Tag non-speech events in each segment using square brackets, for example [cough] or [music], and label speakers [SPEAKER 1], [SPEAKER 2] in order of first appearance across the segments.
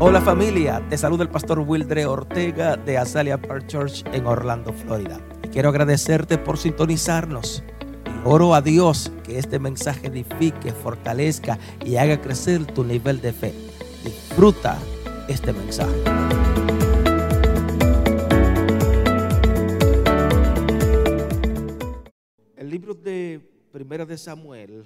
[SPEAKER 1] Hola familia, te saluda el pastor Wildre Ortega de Azalea Park Church en Orlando, Florida. Y quiero agradecerte por sintonizarnos. Y oro a Dios que este mensaje edifique, fortalezca y haga crecer tu nivel de fe. Disfruta este mensaje. El libro de Primera de Samuel,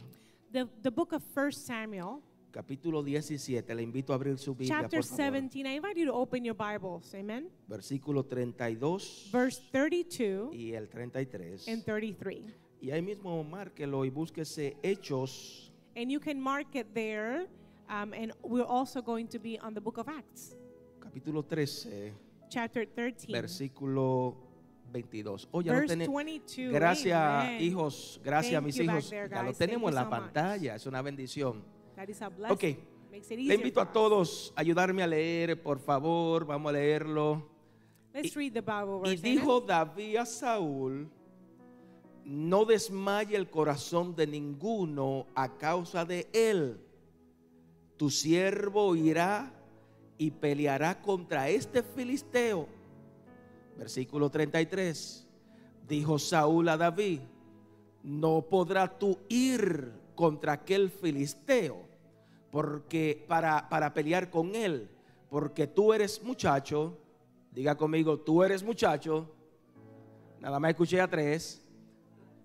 [SPEAKER 2] The, the book of 1 Samuel,
[SPEAKER 1] capítulo 17, le invito a abrir su Biblia,
[SPEAKER 2] chapter
[SPEAKER 1] por favor.
[SPEAKER 2] 17. I invite you to open your Bibles. Amen.
[SPEAKER 1] Versículo 32
[SPEAKER 2] Verse 32
[SPEAKER 1] y el 33.
[SPEAKER 2] and 33.
[SPEAKER 1] Y ahí mismo márquelo y búsquese Hechos,
[SPEAKER 2] And you can mark it there. Um, and we're also going to be on the book of Acts,
[SPEAKER 1] capítulo 13,
[SPEAKER 2] chapter 13.
[SPEAKER 1] versículo 22. Oye,
[SPEAKER 2] Verse
[SPEAKER 1] lo tenemos.
[SPEAKER 2] 22,
[SPEAKER 1] Gracias,
[SPEAKER 2] amen.
[SPEAKER 1] hijos. Gracias,
[SPEAKER 2] Thank
[SPEAKER 1] mis
[SPEAKER 2] you back
[SPEAKER 1] hijos.
[SPEAKER 2] there,
[SPEAKER 1] ya lo
[SPEAKER 2] guys. Thank
[SPEAKER 1] tenemos en
[SPEAKER 2] you
[SPEAKER 1] la
[SPEAKER 2] so much.
[SPEAKER 1] pantalla. Es una bendición.
[SPEAKER 2] That is a blessing.
[SPEAKER 1] Okay.
[SPEAKER 2] Makes it
[SPEAKER 1] Le
[SPEAKER 2] easier
[SPEAKER 1] invito a
[SPEAKER 2] for us.
[SPEAKER 1] todos a ayudarme a leer, por favor. Vamos a leerlo.
[SPEAKER 2] Let's
[SPEAKER 1] Y-
[SPEAKER 2] read the Bible
[SPEAKER 1] Y
[SPEAKER 2] verse. amen.
[SPEAKER 1] dijo David a Saúl, no desmaye el corazón de ninguno a causa de él. Tu siervo irá y peleará contra este filisteo. Versículo 33. Dijo Saúl a David, no podrá tú ir contra aquel filisteo porque para, para pelear con él, porque tú eres muchacho, diga conmigo, tú eres muchacho, nada más escuché a tres,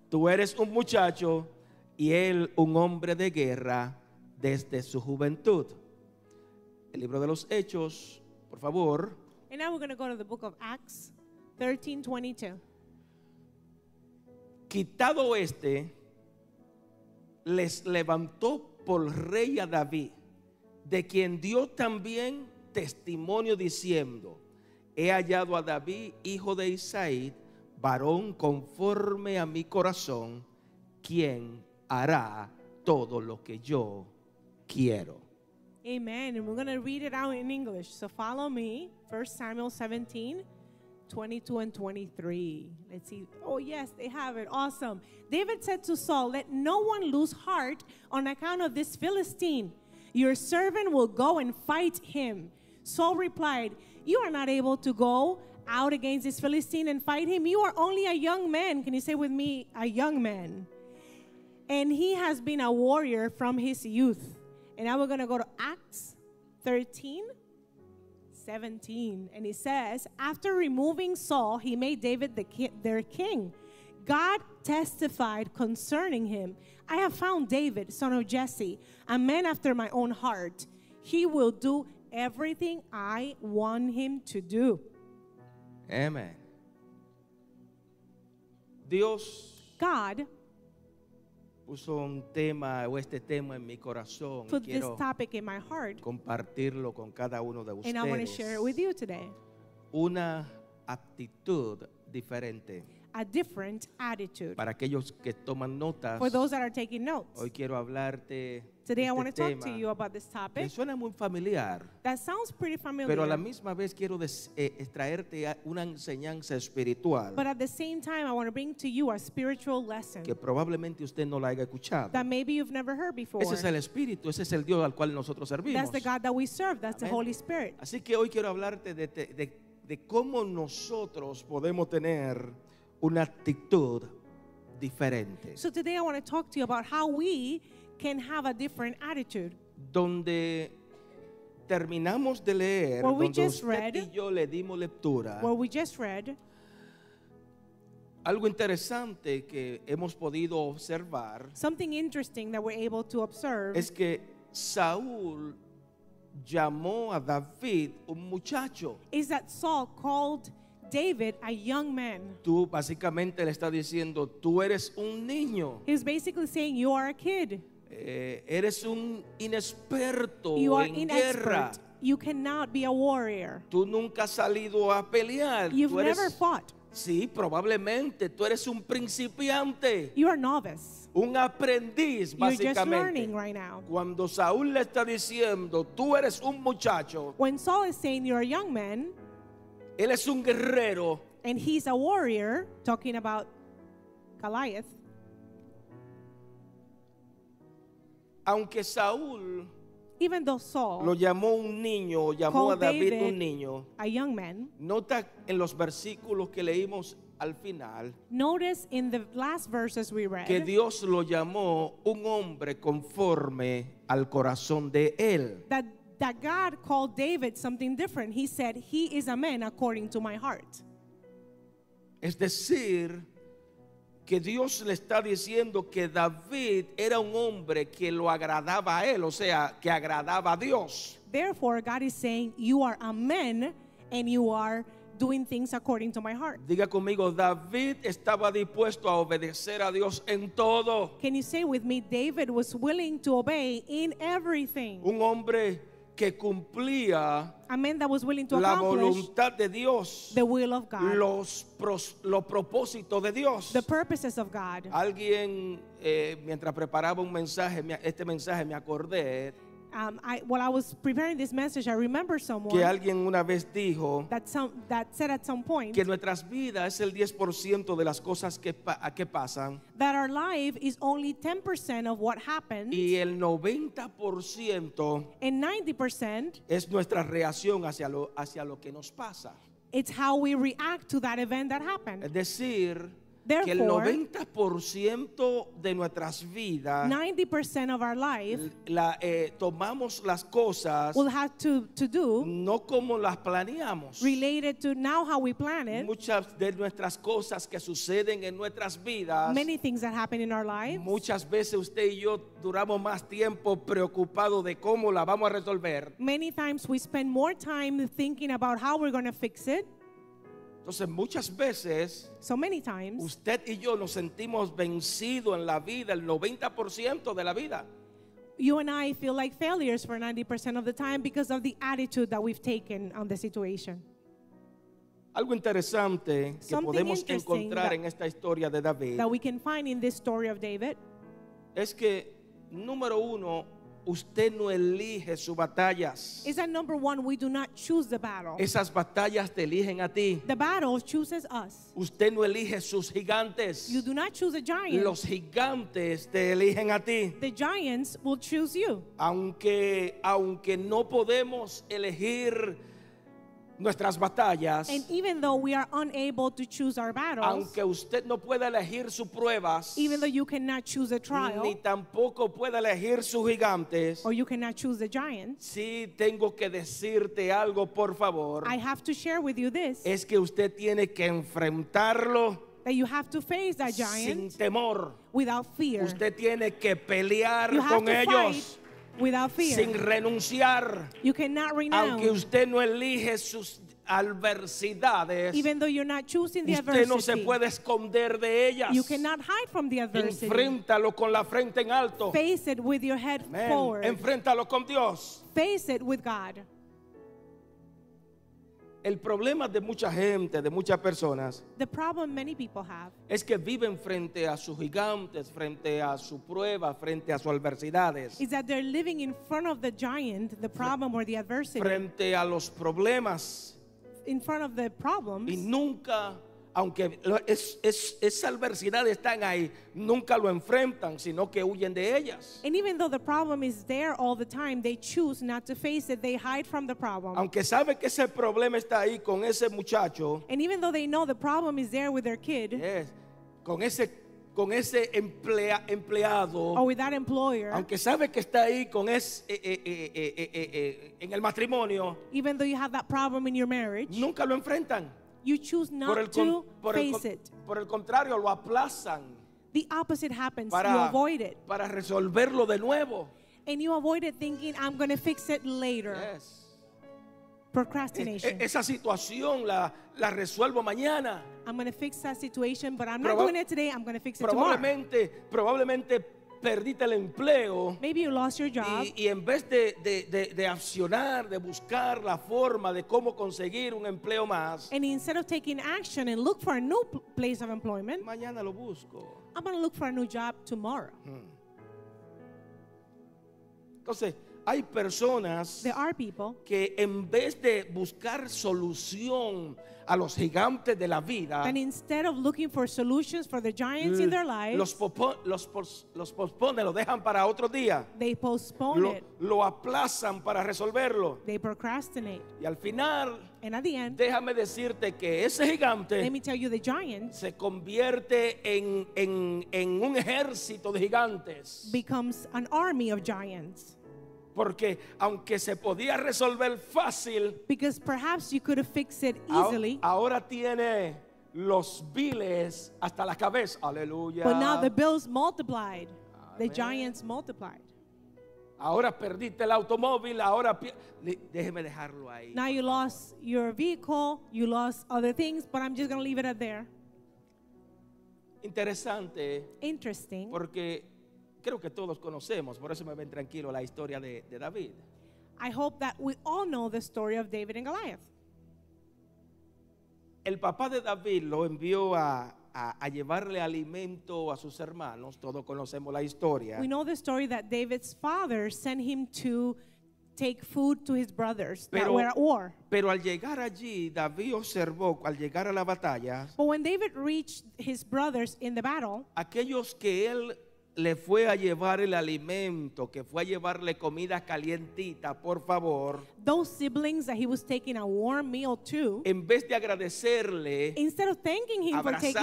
[SPEAKER 1] tú eres un muchacho y él un hombre de guerra desde su juventud. El libro de los Hechos, por favor,
[SPEAKER 2] And now we're going to go to the book of Acts 13 22.
[SPEAKER 1] quitado este, les levantó por rey a David, de quien dio también testimonio diciendo, he hallado a David, hijo de Isaí, varón conforme a mi corazón, quien hará todo lo que yo quiero.
[SPEAKER 2] Amen. And we're going to read it out in English. So follow me. 1 Samuel 17, 22 and 23. Let's see. Oh, yes, they have it. Awesome. David said to Saul, Let no one lose heart on account of this Philistine. Your servant will go and fight him. Saul replied, You are not able to go out against this Philistine and fight him. You are only a young man. Can you say with me, a young man? and he has been a warrior from his youth. And now we're going to go to Acts 13, 17. And it says, After removing Saul, he made David the ki- their king. God testified concerning him I have found David, son of Jesse, a man after my own heart. He will do everything I want him to do.
[SPEAKER 1] Amén. Dios
[SPEAKER 2] God
[SPEAKER 1] puso un tema o este tema en mi corazón. y
[SPEAKER 2] put this
[SPEAKER 1] quiero
[SPEAKER 2] topic in my heart,
[SPEAKER 1] compartirlo con cada uno de ustedes.
[SPEAKER 2] and I want to share it with you today
[SPEAKER 1] Una actitud diferente.
[SPEAKER 2] a different attitude.
[SPEAKER 1] Para aquellos que toman notas,
[SPEAKER 2] For those that are taking notes,
[SPEAKER 1] hoy quiero hablarte
[SPEAKER 2] today
[SPEAKER 1] de
[SPEAKER 2] I want to
[SPEAKER 1] este
[SPEAKER 2] talk to
[SPEAKER 1] tema
[SPEAKER 2] you about this
[SPEAKER 1] que
[SPEAKER 2] topic
[SPEAKER 1] suena muy familiar,
[SPEAKER 2] that sounds pretty familiar,
[SPEAKER 1] pero a la misma vez quiero des- eh, extraerte a- una enseñanza espiritual
[SPEAKER 2] but at the same time, I want to bring to you a spiritual lesson
[SPEAKER 1] que probablemente usted no la haya escuchado.
[SPEAKER 2] that maybe you've never heard before.
[SPEAKER 1] Ese es el Espíritu, ese es el Dios al cual nosotros servimos.
[SPEAKER 2] That's the God that we serve, that's
[SPEAKER 1] Amén.
[SPEAKER 2] the Holy Spirit.
[SPEAKER 1] Así que hoy quiero hablarte de, te- de- de cómo nosotros podemos tener una actitud diferente.
[SPEAKER 2] So today I want to talk to you about how we can have a different attitude.
[SPEAKER 1] donde terminamos de leer,
[SPEAKER 2] What we
[SPEAKER 1] donde
[SPEAKER 2] just
[SPEAKER 1] usted
[SPEAKER 2] read,
[SPEAKER 1] y yo le dimos lectura,
[SPEAKER 2] What we just read,
[SPEAKER 1] algo interesante que hemos podido observar
[SPEAKER 2] something interesting that we're able to observe
[SPEAKER 1] es que Saúl llamó a David un muchacho.
[SPEAKER 2] is that Saul called David a young man.
[SPEAKER 1] Tú básicamente le estás diciendo, tú eres un niño,
[SPEAKER 2] He's basically saying, You are a kid.
[SPEAKER 1] eh, eres un inexperto
[SPEAKER 2] You are
[SPEAKER 1] Oh, en guerra.
[SPEAKER 2] inexpert. You cannot be a warrior.
[SPEAKER 1] Tú nunca has salido a pelear.
[SPEAKER 2] You've
[SPEAKER 1] Tú eres-
[SPEAKER 2] never fought.
[SPEAKER 1] Sí, probablemente. Tú eres un principiante.
[SPEAKER 2] You're a novice.
[SPEAKER 1] un aprendiz
[SPEAKER 2] You're just
[SPEAKER 1] básicamente.
[SPEAKER 2] learning right now.
[SPEAKER 1] Cuando Saúl le está diciendo, tú eres un muchacho,
[SPEAKER 2] When Saul is saying you're a young man
[SPEAKER 1] él es un guerrero,
[SPEAKER 2] and he's a warrior, talking about Goliath,
[SPEAKER 1] aunque Saúl
[SPEAKER 2] even though
[SPEAKER 1] lo
[SPEAKER 2] Saul,
[SPEAKER 1] llamó un niño, o llamó a
[SPEAKER 2] Con
[SPEAKER 1] David
[SPEAKER 2] Oh. David.
[SPEAKER 1] un niño.
[SPEAKER 2] a young man,
[SPEAKER 1] Nota en los versículos que leímos al final
[SPEAKER 2] notice in the last verses we read
[SPEAKER 1] que Dios lo llamó un hombre conforme al corazón de él.
[SPEAKER 2] that, that God called David something different. He said, He is a man according to my heart.
[SPEAKER 1] Es decir, que Dios le está diciendo que David era un hombre que lo agradaba a él, o sea, que agradaba a Dios.
[SPEAKER 2] Therefore, God is saying, You are a man and you are doing things according to my heart.
[SPEAKER 1] Diga conmigo, David estaba dispuesto a obedecer a Dios en todo.
[SPEAKER 2] Can you say with me, David was willing to obey in everything?
[SPEAKER 1] Un hombre que cumplía
[SPEAKER 2] A man that was willing to
[SPEAKER 1] la
[SPEAKER 2] accomplish
[SPEAKER 1] voluntad de Dios,
[SPEAKER 2] the will of God,
[SPEAKER 1] los, pros- los propósitos de Dios.
[SPEAKER 2] the purposes of God.
[SPEAKER 1] Ah. Alguien, eh, mientras preparaba un mensaje, me- este mensaje me acordé
[SPEAKER 2] Um, I, while I was preparing this message, I remember
[SPEAKER 1] que
[SPEAKER 2] someone
[SPEAKER 1] alguien una vez dijo
[SPEAKER 2] that, some, that said at some point
[SPEAKER 1] que nuestras vidas es el 10% de las cosas que, pa- que pasan
[SPEAKER 2] that our life is only 10% of what happened
[SPEAKER 1] y el 90%
[SPEAKER 2] and 90%
[SPEAKER 1] es nuestra reacción hacia lo, hacia lo que nos pasa.
[SPEAKER 2] it's how we react to that event that
[SPEAKER 1] Es
[SPEAKER 2] happened.
[SPEAKER 1] decir, que el
[SPEAKER 2] Therefore,
[SPEAKER 1] 90% de nuestras vidas
[SPEAKER 2] 90% of our life
[SPEAKER 1] la, eh, tomamos las cosas
[SPEAKER 2] will have to, to do
[SPEAKER 1] no como las planeamos.
[SPEAKER 2] related to now how we plan it,
[SPEAKER 1] Muchas de nuestras cosas que suceden en nuestras vidas,
[SPEAKER 2] many things that happen in our lives.
[SPEAKER 1] muchas veces usted y yo duramos más tiempo preocupados de cómo la vamos a resolver.
[SPEAKER 2] Many times we spend more time thinking about how we're going to fix it.
[SPEAKER 1] Entonces muchas veces
[SPEAKER 2] So many times
[SPEAKER 1] usted y yo nos sentimos vencidos en la vida, el 90% de la vida.
[SPEAKER 2] you and I feel like failures for 90% of the time because of the attitude that we've taken on the situation.
[SPEAKER 1] Algo interesante que
[SPEAKER 2] Something
[SPEAKER 1] podemos
[SPEAKER 2] interesting
[SPEAKER 1] encontrar
[SPEAKER 2] that-
[SPEAKER 1] en esta historia de David
[SPEAKER 2] That we can find in this story of David
[SPEAKER 1] es que, número uno, usted no elige sus batallas.
[SPEAKER 2] is that number one, we do not choose the battle.
[SPEAKER 1] Esas batallas te eligen a ti.
[SPEAKER 2] The battle chooses us.
[SPEAKER 1] Usted no elige sus gigantes.
[SPEAKER 2] You do not choose a giant.
[SPEAKER 1] Los gigantes te eligen a ti.
[SPEAKER 2] the giants will choose you.
[SPEAKER 1] Aunque, aunque no podemos elegir nuestras batallas,
[SPEAKER 2] And even though we are unable to choose our battles,
[SPEAKER 1] aunque usted no pueda elegir sus pruebas,
[SPEAKER 2] even though you cannot choose a trial
[SPEAKER 1] ni tampoco pueda elegir sus gigantes,
[SPEAKER 2] or you cannot choose the giants,
[SPEAKER 1] sí tengo que decirte algo, por favor.
[SPEAKER 2] I have to share with you this
[SPEAKER 1] es que usted tiene que enfrentarlo
[SPEAKER 2] that you have to face that
[SPEAKER 1] sin
[SPEAKER 2] giant
[SPEAKER 1] temor.
[SPEAKER 2] without fear.
[SPEAKER 1] Usted tiene que pelear
[SPEAKER 2] You have
[SPEAKER 1] con
[SPEAKER 2] to
[SPEAKER 1] ellos
[SPEAKER 2] fight without
[SPEAKER 1] sin
[SPEAKER 2] fear.
[SPEAKER 1] renunciar.
[SPEAKER 2] You cannot
[SPEAKER 1] Aunque
[SPEAKER 2] renounce,
[SPEAKER 1] usted no elige sus adversidades,
[SPEAKER 2] even though you're not choosing the
[SPEAKER 1] usted no se
[SPEAKER 2] adversity.
[SPEAKER 1] puede esconder de ellas.
[SPEAKER 2] You cannot hide from the adversity.
[SPEAKER 1] Enfréntalo con la frente en alto.
[SPEAKER 2] Face it with your head
[SPEAKER 1] Amén.
[SPEAKER 2] forward.
[SPEAKER 1] Enfréntalo con Dios.
[SPEAKER 2] Face it with God.
[SPEAKER 1] El problema de mucha gente, de muchas personas,
[SPEAKER 2] The problem many people have
[SPEAKER 1] es que viven frente a sus gigantes, frente a su prueba, frente a sus adversidades,
[SPEAKER 2] is that they're living in front of the giant, the problem or the adversity,
[SPEAKER 1] frente a los problemas.
[SPEAKER 2] in front of
[SPEAKER 1] Y
[SPEAKER 2] the problems.
[SPEAKER 1] nunca, aunque lo- es, es- esas adversidades están ahí, nunca lo enfrentan, sino que huyen de ellas.
[SPEAKER 2] And even though the problem is there all the time, they choose not to face it. They hide from the problem.
[SPEAKER 1] Aunque sabe que ese problema está ahí con ese muchacho,
[SPEAKER 2] And even though they know the problem is there with their kid
[SPEAKER 1] yes, con ese, con ese emplea-
[SPEAKER 2] or
[SPEAKER 1] empleado,
[SPEAKER 2] with that employer,
[SPEAKER 1] aunque sabe que está ahí con ese, eh, eh, eh, eh, eh, eh, eh, en el matrimonio,
[SPEAKER 2] even though you have that problem in your marriage,
[SPEAKER 1] nunca lo enfrentan.
[SPEAKER 2] you choose
[SPEAKER 1] Por el,
[SPEAKER 2] not
[SPEAKER 1] con-
[SPEAKER 2] to
[SPEAKER 1] por el
[SPEAKER 2] face
[SPEAKER 1] con-
[SPEAKER 2] it.
[SPEAKER 1] por el contrario, lo aplazan
[SPEAKER 2] The opposite happens. You
[SPEAKER 1] para,
[SPEAKER 2] avoid it.
[SPEAKER 1] para resolverlo de nuevo.
[SPEAKER 2] And you avoid it thinking, I'm going to fix it later.
[SPEAKER 1] Yes. E- e-
[SPEAKER 2] Procrastination.
[SPEAKER 1] Esa situación la, la resuelvo mañana.
[SPEAKER 2] I'm going to fix that situation, but I'm not
[SPEAKER 1] eh. Probab-
[SPEAKER 2] doing it today. I'm going to fix it tomorrow.
[SPEAKER 1] Probablemente, probablemente perdiste el empleo
[SPEAKER 2] Maybe you lost your job.
[SPEAKER 1] y, y en vez de, de- de- de accionar, de buscar la forma de cómo conseguir un empleo más,
[SPEAKER 2] And instead of taking action and look for a new pl- place of employment,
[SPEAKER 1] mañana lo busco. Mm.
[SPEAKER 2] I'm going to look for a new job tomorrow.
[SPEAKER 1] Entonces, Hay personas
[SPEAKER 2] There are people
[SPEAKER 1] que en vez de buscar solución a los gigantes de la vida,
[SPEAKER 2] that instead of looking for solutions for the giants in their lives,
[SPEAKER 1] Mm. los, popo- los pos- los posponen, los dejan para otro día,
[SPEAKER 2] they postpone
[SPEAKER 1] lo,
[SPEAKER 2] it,
[SPEAKER 1] lo aplazan para resolverlo.
[SPEAKER 2] they procrastinate.
[SPEAKER 1] Y al final,
[SPEAKER 2] And at the end,
[SPEAKER 1] déjame decirte que ese gigante
[SPEAKER 2] let me tell you, the giant
[SPEAKER 1] se convierte en, en- en un ejército de gigantes.
[SPEAKER 2] becomes an army of giants.
[SPEAKER 1] Porque aunque se podía resolver fácil,
[SPEAKER 2] Because perhaps you could have fixed it
[SPEAKER 1] aho-
[SPEAKER 2] easily,
[SPEAKER 1] ahora tiene los viles hasta la cabeza. Aleluya.
[SPEAKER 2] but now the bills multiplied,
[SPEAKER 1] Ah,
[SPEAKER 2] the
[SPEAKER 1] Amen.
[SPEAKER 2] giants multiplied.
[SPEAKER 1] Ahora perdiste el automóvil, ahora pi- Le- déjeme dejarlo ahí.
[SPEAKER 2] Now you lost your vehicle, you lost other things, but I'm just going to leave it at there.
[SPEAKER 1] Interesante,
[SPEAKER 2] Interesting.
[SPEAKER 1] porque creo que todos conocemos, por eso me ven tranquilo la historia de, de David.
[SPEAKER 2] I hope that we all know the story of David and Goliath.
[SPEAKER 1] El papá de David lo envió a, a- a llevarle alimento a sus hermanos, todos conocemos la historia.
[SPEAKER 2] We know the story that David's father sent him to take food to his brothers that
[SPEAKER 1] Pero-
[SPEAKER 2] were at war.
[SPEAKER 1] Pero al llegar allí, David observó, al llegar a la batalla,
[SPEAKER 2] But when David reached his brothers in the battle,
[SPEAKER 1] aquellos que él le fue a llevar el alimento, que fue a llevarle comida calientita, por favor,
[SPEAKER 2] those siblings that he was taking a warm meal to,
[SPEAKER 1] en vez de agradecerle,
[SPEAKER 2] instead of thanking him for taking the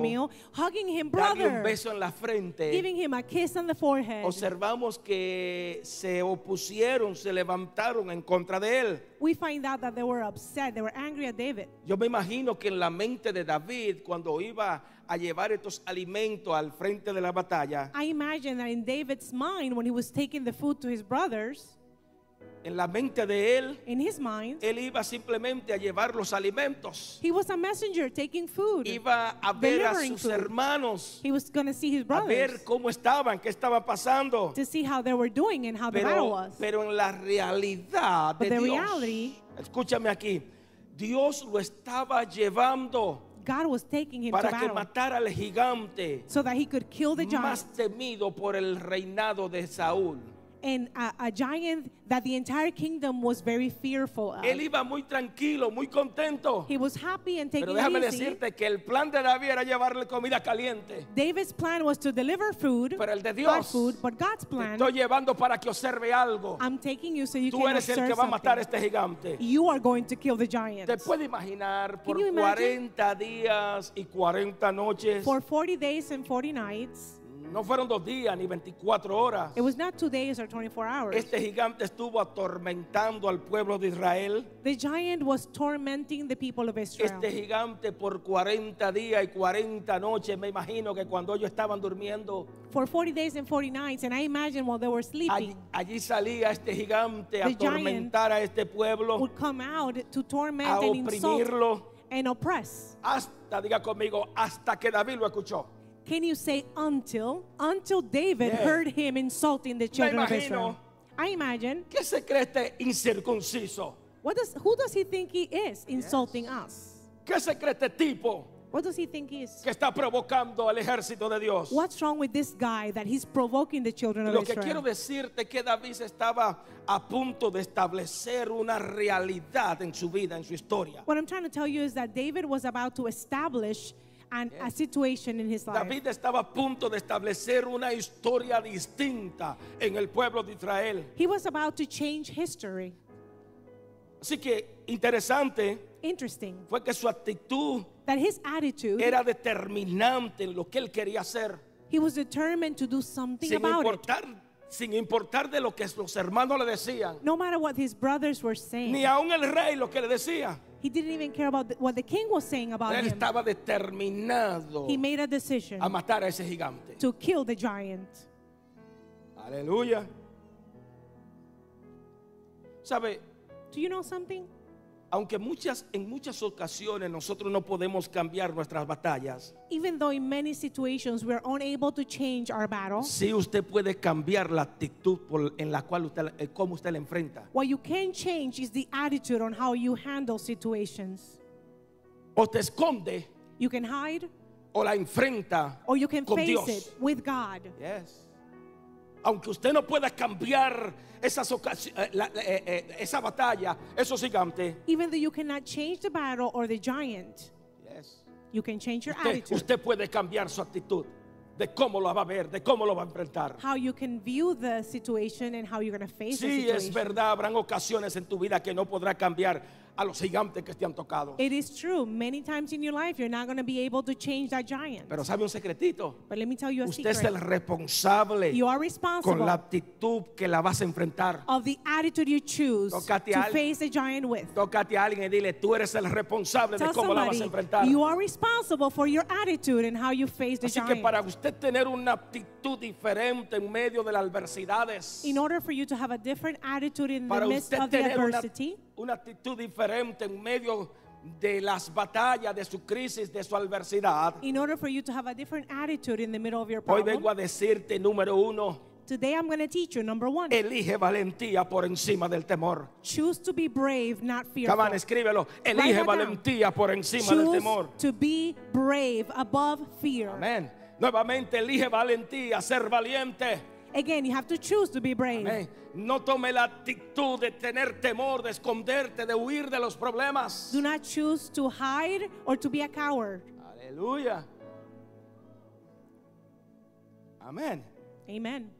[SPEAKER 1] Abrazarlo.
[SPEAKER 2] meal, hugging him,
[SPEAKER 1] darle un
[SPEAKER 2] brother,
[SPEAKER 1] beso en la frente,
[SPEAKER 2] giving him a kiss on the forehead,
[SPEAKER 1] observamos que se opusieron, se levantaron en contra de él.
[SPEAKER 2] we find out that they were upset. They were angry at David.
[SPEAKER 1] Yo me imagino que en la mente de David, cuando iba a llevar estos alimentos al frente de la batalla,
[SPEAKER 2] I imagine that in David's mind, when he was taking the food to his brothers,
[SPEAKER 1] en la mente de él,
[SPEAKER 2] in his mind,
[SPEAKER 1] él iba simplemente a llevar los alimentos.
[SPEAKER 2] he was a messenger taking food.
[SPEAKER 1] Iba a ver a
[SPEAKER 2] Delivering
[SPEAKER 1] sus
[SPEAKER 2] food.
[SPEAKER 1] hermanos,
[SPEAKER 2] He was going to see his
[SPEAKER 1] a
[SPEAKER 2] brothers
[SPEAKER 1] ver cómo estaban, qué estaba pasando.
[SPEAKER 2] to see how they were doing and how the battle
[SPEAKER 1] Pero,
[SPEAKER 2] was.
[SPEAKER 1] pero en la realidad de
[SPEAKER 2] But the
[SPEAKER 1] Dios,
[SPEAKER 2] reality-
[SPEAKER 1] escúchame aquí, Dios lo estaba llevando
[SPEAKER 2] God was taking him to
[SPEAKER 1] para que
[SPEAKER 2] battle
[SPEAKER 1] matara al gigante
[SPEAKER 2] so that he could kill the giant
[SPEAKER 1] más temido por el reinado de Saúl.
[SPEAKER 2] and a, a giant that the entire kingdom was very fearful of.
[SPEAKER 1] Él iba muy tranquilo, muy contento.
[SPEAKER 2] He was happy and
[SPEAKER 1] Pero
[SPEAKER 2] taking
[SPEAKER 1] déjame
[SPEAKER 2] it easy.
[SPEAKER 1] decirte que el plan de David era llevarle comida caliente.
[SPEAKER 2] David's plan was to deliver food,
[SPEAKER 1] Pero el de
[SPEAKER 2] not
[SPEAKER 1] Dios,
[SPEAKER 2] food, but God's
[SPEAKER 1] Te
[SPEAKER 2] plan,
[SPEAKER 1] estoy llevando para que observe algo.
[SPEAKER 2] I'm taking you so you
[SPEAKER 1] Tú
[SPEAKER 2] can
[SPEAKER 1] eres el
[SPEAKER 2] observe
[SPEAKER 1] que va a matar a
[SPEAKER 2] something.
[SPEAKER 1] este gigante.
[SPEAKER 2] You are going to kill the giant.
[SPEAKER 1] Te puedes imaginar por
[SPEAKER 2] you imagine?
[SPEAKER 1] 40 días y 40 noches.
[SPEAKER 2] For 40 days and 40 nights,
[SPEAKER 1] No fueron dos días ni 24 horas.
[SPEAKER 2] it was not two days or 24 hours.
[SPEAKER 1] Este gigante estuvo atormentando al pueblo de Israel.
[SPEAKER 2] The giant was tormenting the people of Israel.
[SPEAKER 1] Este gigante por 40 días y 40 noches. Me imagino que cuando ellos estaban durmiendo,
[SPEAKER 2] for 40 days and 40 nights, and I imagine while they were
[SPEAKER 1] Allí,
[SPEAKER 2] sleeping,
[SPEAKER 1] allí salía este gigante a
[SPEAKER 2] The giant
[SPEAKER 1] atormentar a este pueblo,
[SPEAKER 2] would come out to torment
[SPEAKER 1] a
[SPEAKER 2] and insult
[SPEAKER 1] oprimirlo,
[SPEAKER 2] and oppress.
[SPEAKER 1] hasta, diga conmigo, hasta que David lo escuchó.
[SPEAKER 2] Can you say until? Until David
[SPEAKER 1] Yeah.
[SPEAKER 2] heard him insulting the children of
[SPEAKER 1] imagino.
[SPEAKER 2] Israel. I imagine.
[SPEAKER 1] ¿Qué se cree este incircunciso?
[SPEAKER 2] What does who does he think he is insulting us?
[SPEAKER 1] ¿Qué se cree este tipo
[SPEAKER 2] What does he think he is?
[SPEAKER 1] que está provocando al ejército de Dios?
[SPEAKER 2] What's wrong with this guy that he's provoking the children of
[SPEAKER 1] Lo que quiero
[SPEAKER 2] Israel?
[SPEAKER 1] decirte es que David estaba a punto de establecer una realidad en su vida, en su historia.
[SPEAKER 2] What I'm trying to tell you is that David was about to establish an, a situation in his life.
[SPEAKER 1] David estaba a punto de establecer una historia distinta en el pueblo de Israel.
[SPEAKER 2] He was about to change history.
[SPEAKER 1] Así que interesante
[SPEAKER 2] Interesting.
[SPEAKER 1] fue que su actitud
[SPEAKER 2] that his attitude
[SPEAKER 1] era determinante en lo que él quería hacer,
[SPEAKER 2] he was determined to do something
[SPEAKER 1] sin
[SPEAKER 2] about it
[SPEAKER 1] importar, sin importar de lo que los hermanos le decían,
[SPEAKER 2] no matter what his brothers were saying
[SPEAKER 1] ni aún el rey lo que le decía.
[SPEAKER 2] he didn't even care about the- what the king was saying about
[SPEAKER 1] Él
[SPEAKER 2] him
[SPEAKER 1] estaba determinado
[SPEAKER 2] he made a decision
[SPEAKER 1] a matar a ese gigante.
[SPEAKER 2] to kill the giant
[SPEAKER 1] Aleluya. Sabe,
[SPEAKER 2] do you know something
[SPEAKER 1] aunque muchas en muchas ocasiones nosotros no podemos cambiar nuestras batallas,
[SPEAKER 2] even though in many situations we're unable to change our battle
[SPEAKER 1] sí usted puede cambiar la actitud por- en la cual usted, eh, cómo usted la enfrenta.
[SPEAKER 2] what you can change is the attitude on how you handle situations
[SPEAKER 1] O te esconde
[SPEAKER 2] you can hide
[SPEAKER 1] o la enfrenta
[SPEAKER 2] or you can
[SPEAKER 1] con
[SPEAKER 2] face
[SPEAKER 1] Dios.
[SPEAKER 2] it with god
[SPEAKER 1] Yes. aunque usted no pueda cambiar esas ocasi- eh, la- eh, eh, esa batalla, esos gigantes,
[SPEAKER 2] Even though you cannot change the battle or the giant,
[SPEAKER 1] yes,
[SPEAKER 2] you can change your
[SPEAKER 1] usted,
[SPEAKER 2] attitude.
[SPEAKER 1] usted puede cambiar su actitud de cómo lo va a ver, de cómo lo va a enfrentar.
[SPEAKER 2] How you can view the situation and how you're going to face the
[SPEAKER 1] Sí,
[SPEAKER 2] situation.
[SPEAKER 1] es verdad, habrán ocasiones en tu vida que no podrá cambiar a los gigantes que te han tocado.
[SPEAKER 2] It is true. Many times in your life, you're not going to be able to change that giant.
[SPEAKER 1] Pero sabe un secretito,
[SPEAKER 2] but let me tell you a
[SPEAKER 1] usted
[SPEAKER 2] secret.
[SPEAKER 1] es el responsable
[SPEAKER 2] you are
[SPEAKER 1] con
[SPEAKER 2] responsible
[SPEAKER 1] la actitud que la vas a enfrentar.
[SPEAKER 2] of the attitude you choose
[SPEAKER 1] Tócate
[SPEAKER 2] to
[SPEAKER 1] al-
[SPEAKER 2] face the giant with.
[SPEAKER 1] Tócate a alguien y dile, tú eres el responsable de
[SPEAKER 2] Tell
[SPEAKER 1] cómo la vas a
[SPEAKER 2] somebody,
[SPEAKER 1] enfrentar.
[SPEAKER 2] you are responsible for your attitude and how you face the
[SPEAKER 1] Así que
[SPEAKER 2] giant.
[SPEAKER 1] para usted tener una actitud diferente en medio de las adversidades,
[SPEAKER 2] in order for you to have a different attitude in the
[SPEAKER 1] para
[SPEAKER 2] midst
[SPEAKER 1] usted
[SPEAKER 2] of the
[SPEAKER 1] tener una,
[SPEAKER 2] adversity,
[SPEAKER 1] una actitud diferente en medio de las batallas, de su crisis, de su adversidad,
[SPEAKER 2] in order for you to have a different attitude in the middle of your
[SPEAKER 1] hoy
[SPEAKER 2] problem,
[SPEAKER 1] vengo a decirte, número uno,
[SPEAKER 2] today I'm going to teach you number one,
[SPEAKER 1] elige valentía por encima del temor.
[SPEAKER 2] choose to be brave, not fearful.
[SPEAKER 1] Cabán, escríbelo. Elige
[SPEAKER 2] that down.
[SPEAKER 1] valentía por encima del
[SPEAKER 2] choose
[SPEAKER 1] temor.
[SPEAKER 2] to be brave above fear.
[SPEAKER 1] Amén. Nuevamente elige valentía, ser valiente.
[SPEAKER 2] Again, you have to choose to be brave.
[SPEAKER 1] Amén. No tome la actitud de tener temor, de esconderte, de huir de los problemas.
[SPEAKER 2] Do not choose to hide or to be a coward.
[SPEAKER 1] Aleluya. Amén.
[SPEAKER 2] Amen.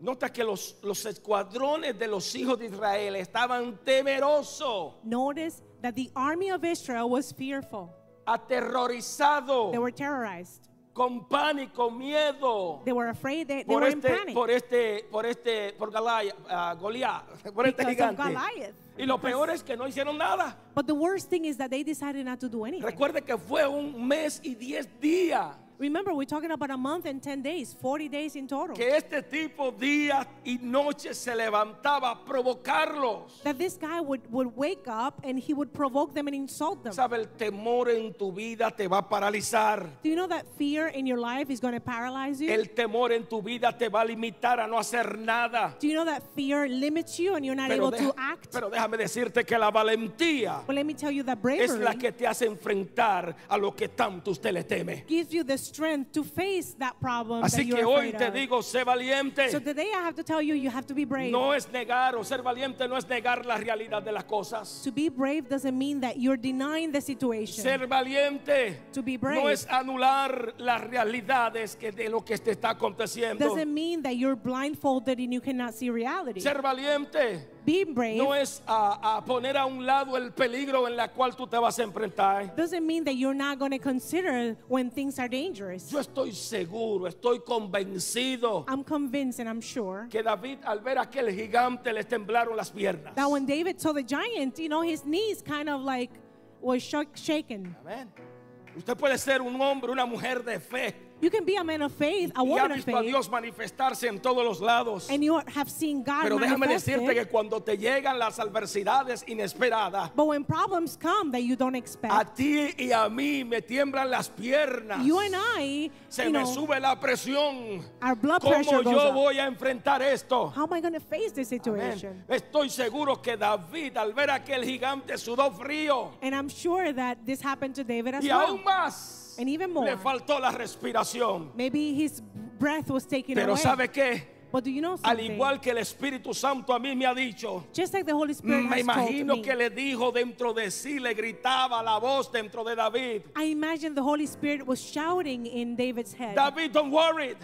[SPEAKER 1] Nota que los, los escuadrones de los hijos de Israel estaban temerosos,
[SPEAKER 2] Notice that the army of Israel was fearful.
[SPEAKER 1] aterrorizados,
[SPEAKER 2] They were terrorized.
[SPEAKER 1] con pánico, miedo.
[SPEAKER 2] They were afraid. They, they
[SPEAKER 1] por
[SPEAKER 2] were in
[SPEAKER 1] este,
[SPEAKER 2] panic.
[SPEAKER 1] por este, por este, por Goliat, ah, Goliat, [laughs] por este
[SPEAKER 2] Because of
[SPEAKER 1] gigante.
[SPEAKER 2] Goliath.
[SPEAKER 1] Y lo peor es que no hicieron nada.
[SPEAKER 2] But the worst thing is that they decided not to do anything.
[SPEAKER 1] Recuerde que fue un mes y diez días
[SPEAKER 2] Remember, we're talking about a month and 10 days, 40 days in total.
[SPEAKER 1] que este tipo días y noches se levantaba a provocarlos.
[SPEAKER 2] That this guy would, would wake up and he would provoke them and insult them.
[SPEAKER 1] Sabe, el temor en tu vida te va a paralizar.
[SPEAKER 2] Do you know that fear in your life is going to paralyze you?
[SPEAKER 1] El temor en tu vida te va a limitar a no hacer nada.
[SPEAKER 2] Do you know that fear limits you and you're not
[SPEAKER 1] Pero,
[SPEAKER 2] able
[SPEAKER 1] deja-
[SPEAKER 2] to act?
[SPEAKER 1] pero déjame decirte que la valentía
[SPEAKER 2] But let me tell you that
[SPEAKER 1] es la
[SPEAKER 2] bravery
[SPEAKER 1] que te hace enfrentar a lo que tanto usted le teme.
[SPEAKER 2] gives you the strength to face that problem that
[SPEAKER 1] Así
[SPEAKER 2] you're
[SPEAKER 1] que hoy
[SPEAKER 2] afraid
[SPEAKER 1] te
[SPEAKER 2] of.
[SPEAKER 1] digo, sé valiente.
[SPEAKER 2] so today I have to tell you, you have to be brave.
[SPEAKER 1] No es negar o ser valiente no es negar la realidad de las cosas.
[SPEAKER 2] to be brave doesn't mean that you're denying the situation.
[SPEAKER 1] Ser valiente
[SPEAKER 2] To be brave.
[SPEAKER 1] no es anular las realidades que de lo que te está aconteciendo.
[SPEAKER 2] doesn't mean that you're blindfolded and you cannot see reality.
[SPEAKER 1] Ser valiente
[SPEAKER 2] Being brave
[SPEAKER 1] no es a, a poner a un lado el peligro en la cual tú te vas a enfrentar.
[SPEAKER 2] doesn't mean that you're not going to consider when things are dangerous.
[SPEAKER 1] Yo estoy seguro, estoy convencido
[SPEAKER 2] I'm convinced and I'm sure
[SPEAKER 1] que David al ver a aquel gigante le temblaron las piernas.
[SPEAKER 2] that when David saw the giant, you know, his knees kind of like was shook, shaken.
[SPEAKER 1] Amén. Usted puede ser un hombre, una mujer de fe.
[SPEAKER 2] You can be a man of faith, a
[SPEAKER 1] y ha
[SPEAKER 2] woman of
[SPEAKER 1] visto a
[SPEAKER 2] faith,
[SPEAKER 1] Dios manifestarse en todos los lados.
[SPEAKER 2] and you have seen God
[SPEAKER 1] Pero déjame decirte
[SPEAKER 2] manifested.
[SPEAKER 1] que cuando te llegan las adversidades inesperadas,
[SPEAKER 2] But when problems come that you don't expect,
[SPEAKER 1] a ti y a mí me tiemblan las piernas.
[SPEAKER 2] you and I,
[SPEAKER 1] Se
[SPEAKER 2] you
[SPEAKER 1] me
[SPEAKER 2] know,
[SPEAKER 1] sube la presión.
[SPEAKER 2] our blood
[SPEAKER 1] ¿Cómo
[SPEAKER 2] pressure goes
[SPEAKER 1] yo
[SPEAKER 2] up.
[SPEAKER 1] voy a enfrentar esto?
[SPEAKER 2] how am I going to face this
[SPEAKER 1] Amén.
[SPEAKER 2] situation?
[SPEAKER 1] Estoy seguro que David al ver a aquel gigante sudó frío.
[SPEAKER 2] And I'm sure that this happened to David as
[SPEAKER 1] Y
[SPEAKER 2] well.
[SPEAKER 1] aún más
[SPEAKER 2] And even more.
[SPEAKER 1] le faltó la respiración.
[SPEAKER 2] Maybe his breath was taken
[SPEAKER 1] Pero
[SPEAKER 2] away.
[SPEAKER 1] ¿sabe qué?
[SPEAKER 2] but do you know
[SPEAKER 1] Al
[SPEAKER 2] something?
[SPEAKER 1] igual que el Espíritu Santo a mí me ha dicho,
[SPEAKER 2] Just like the Holy Spirit
[SPEAKER 1] Me
[SPEAKER 2] has told
[SPEAKER 1] imagino
[SPEAKER 2] me,
[SPEAKER 1] que le dijo dentro de sí, le gritaba la voz dentro de David.
[SPEAKER 2] I imagine the Holy Spirit was shouting in David's head.
[SPEAKER 1] David, don't worry.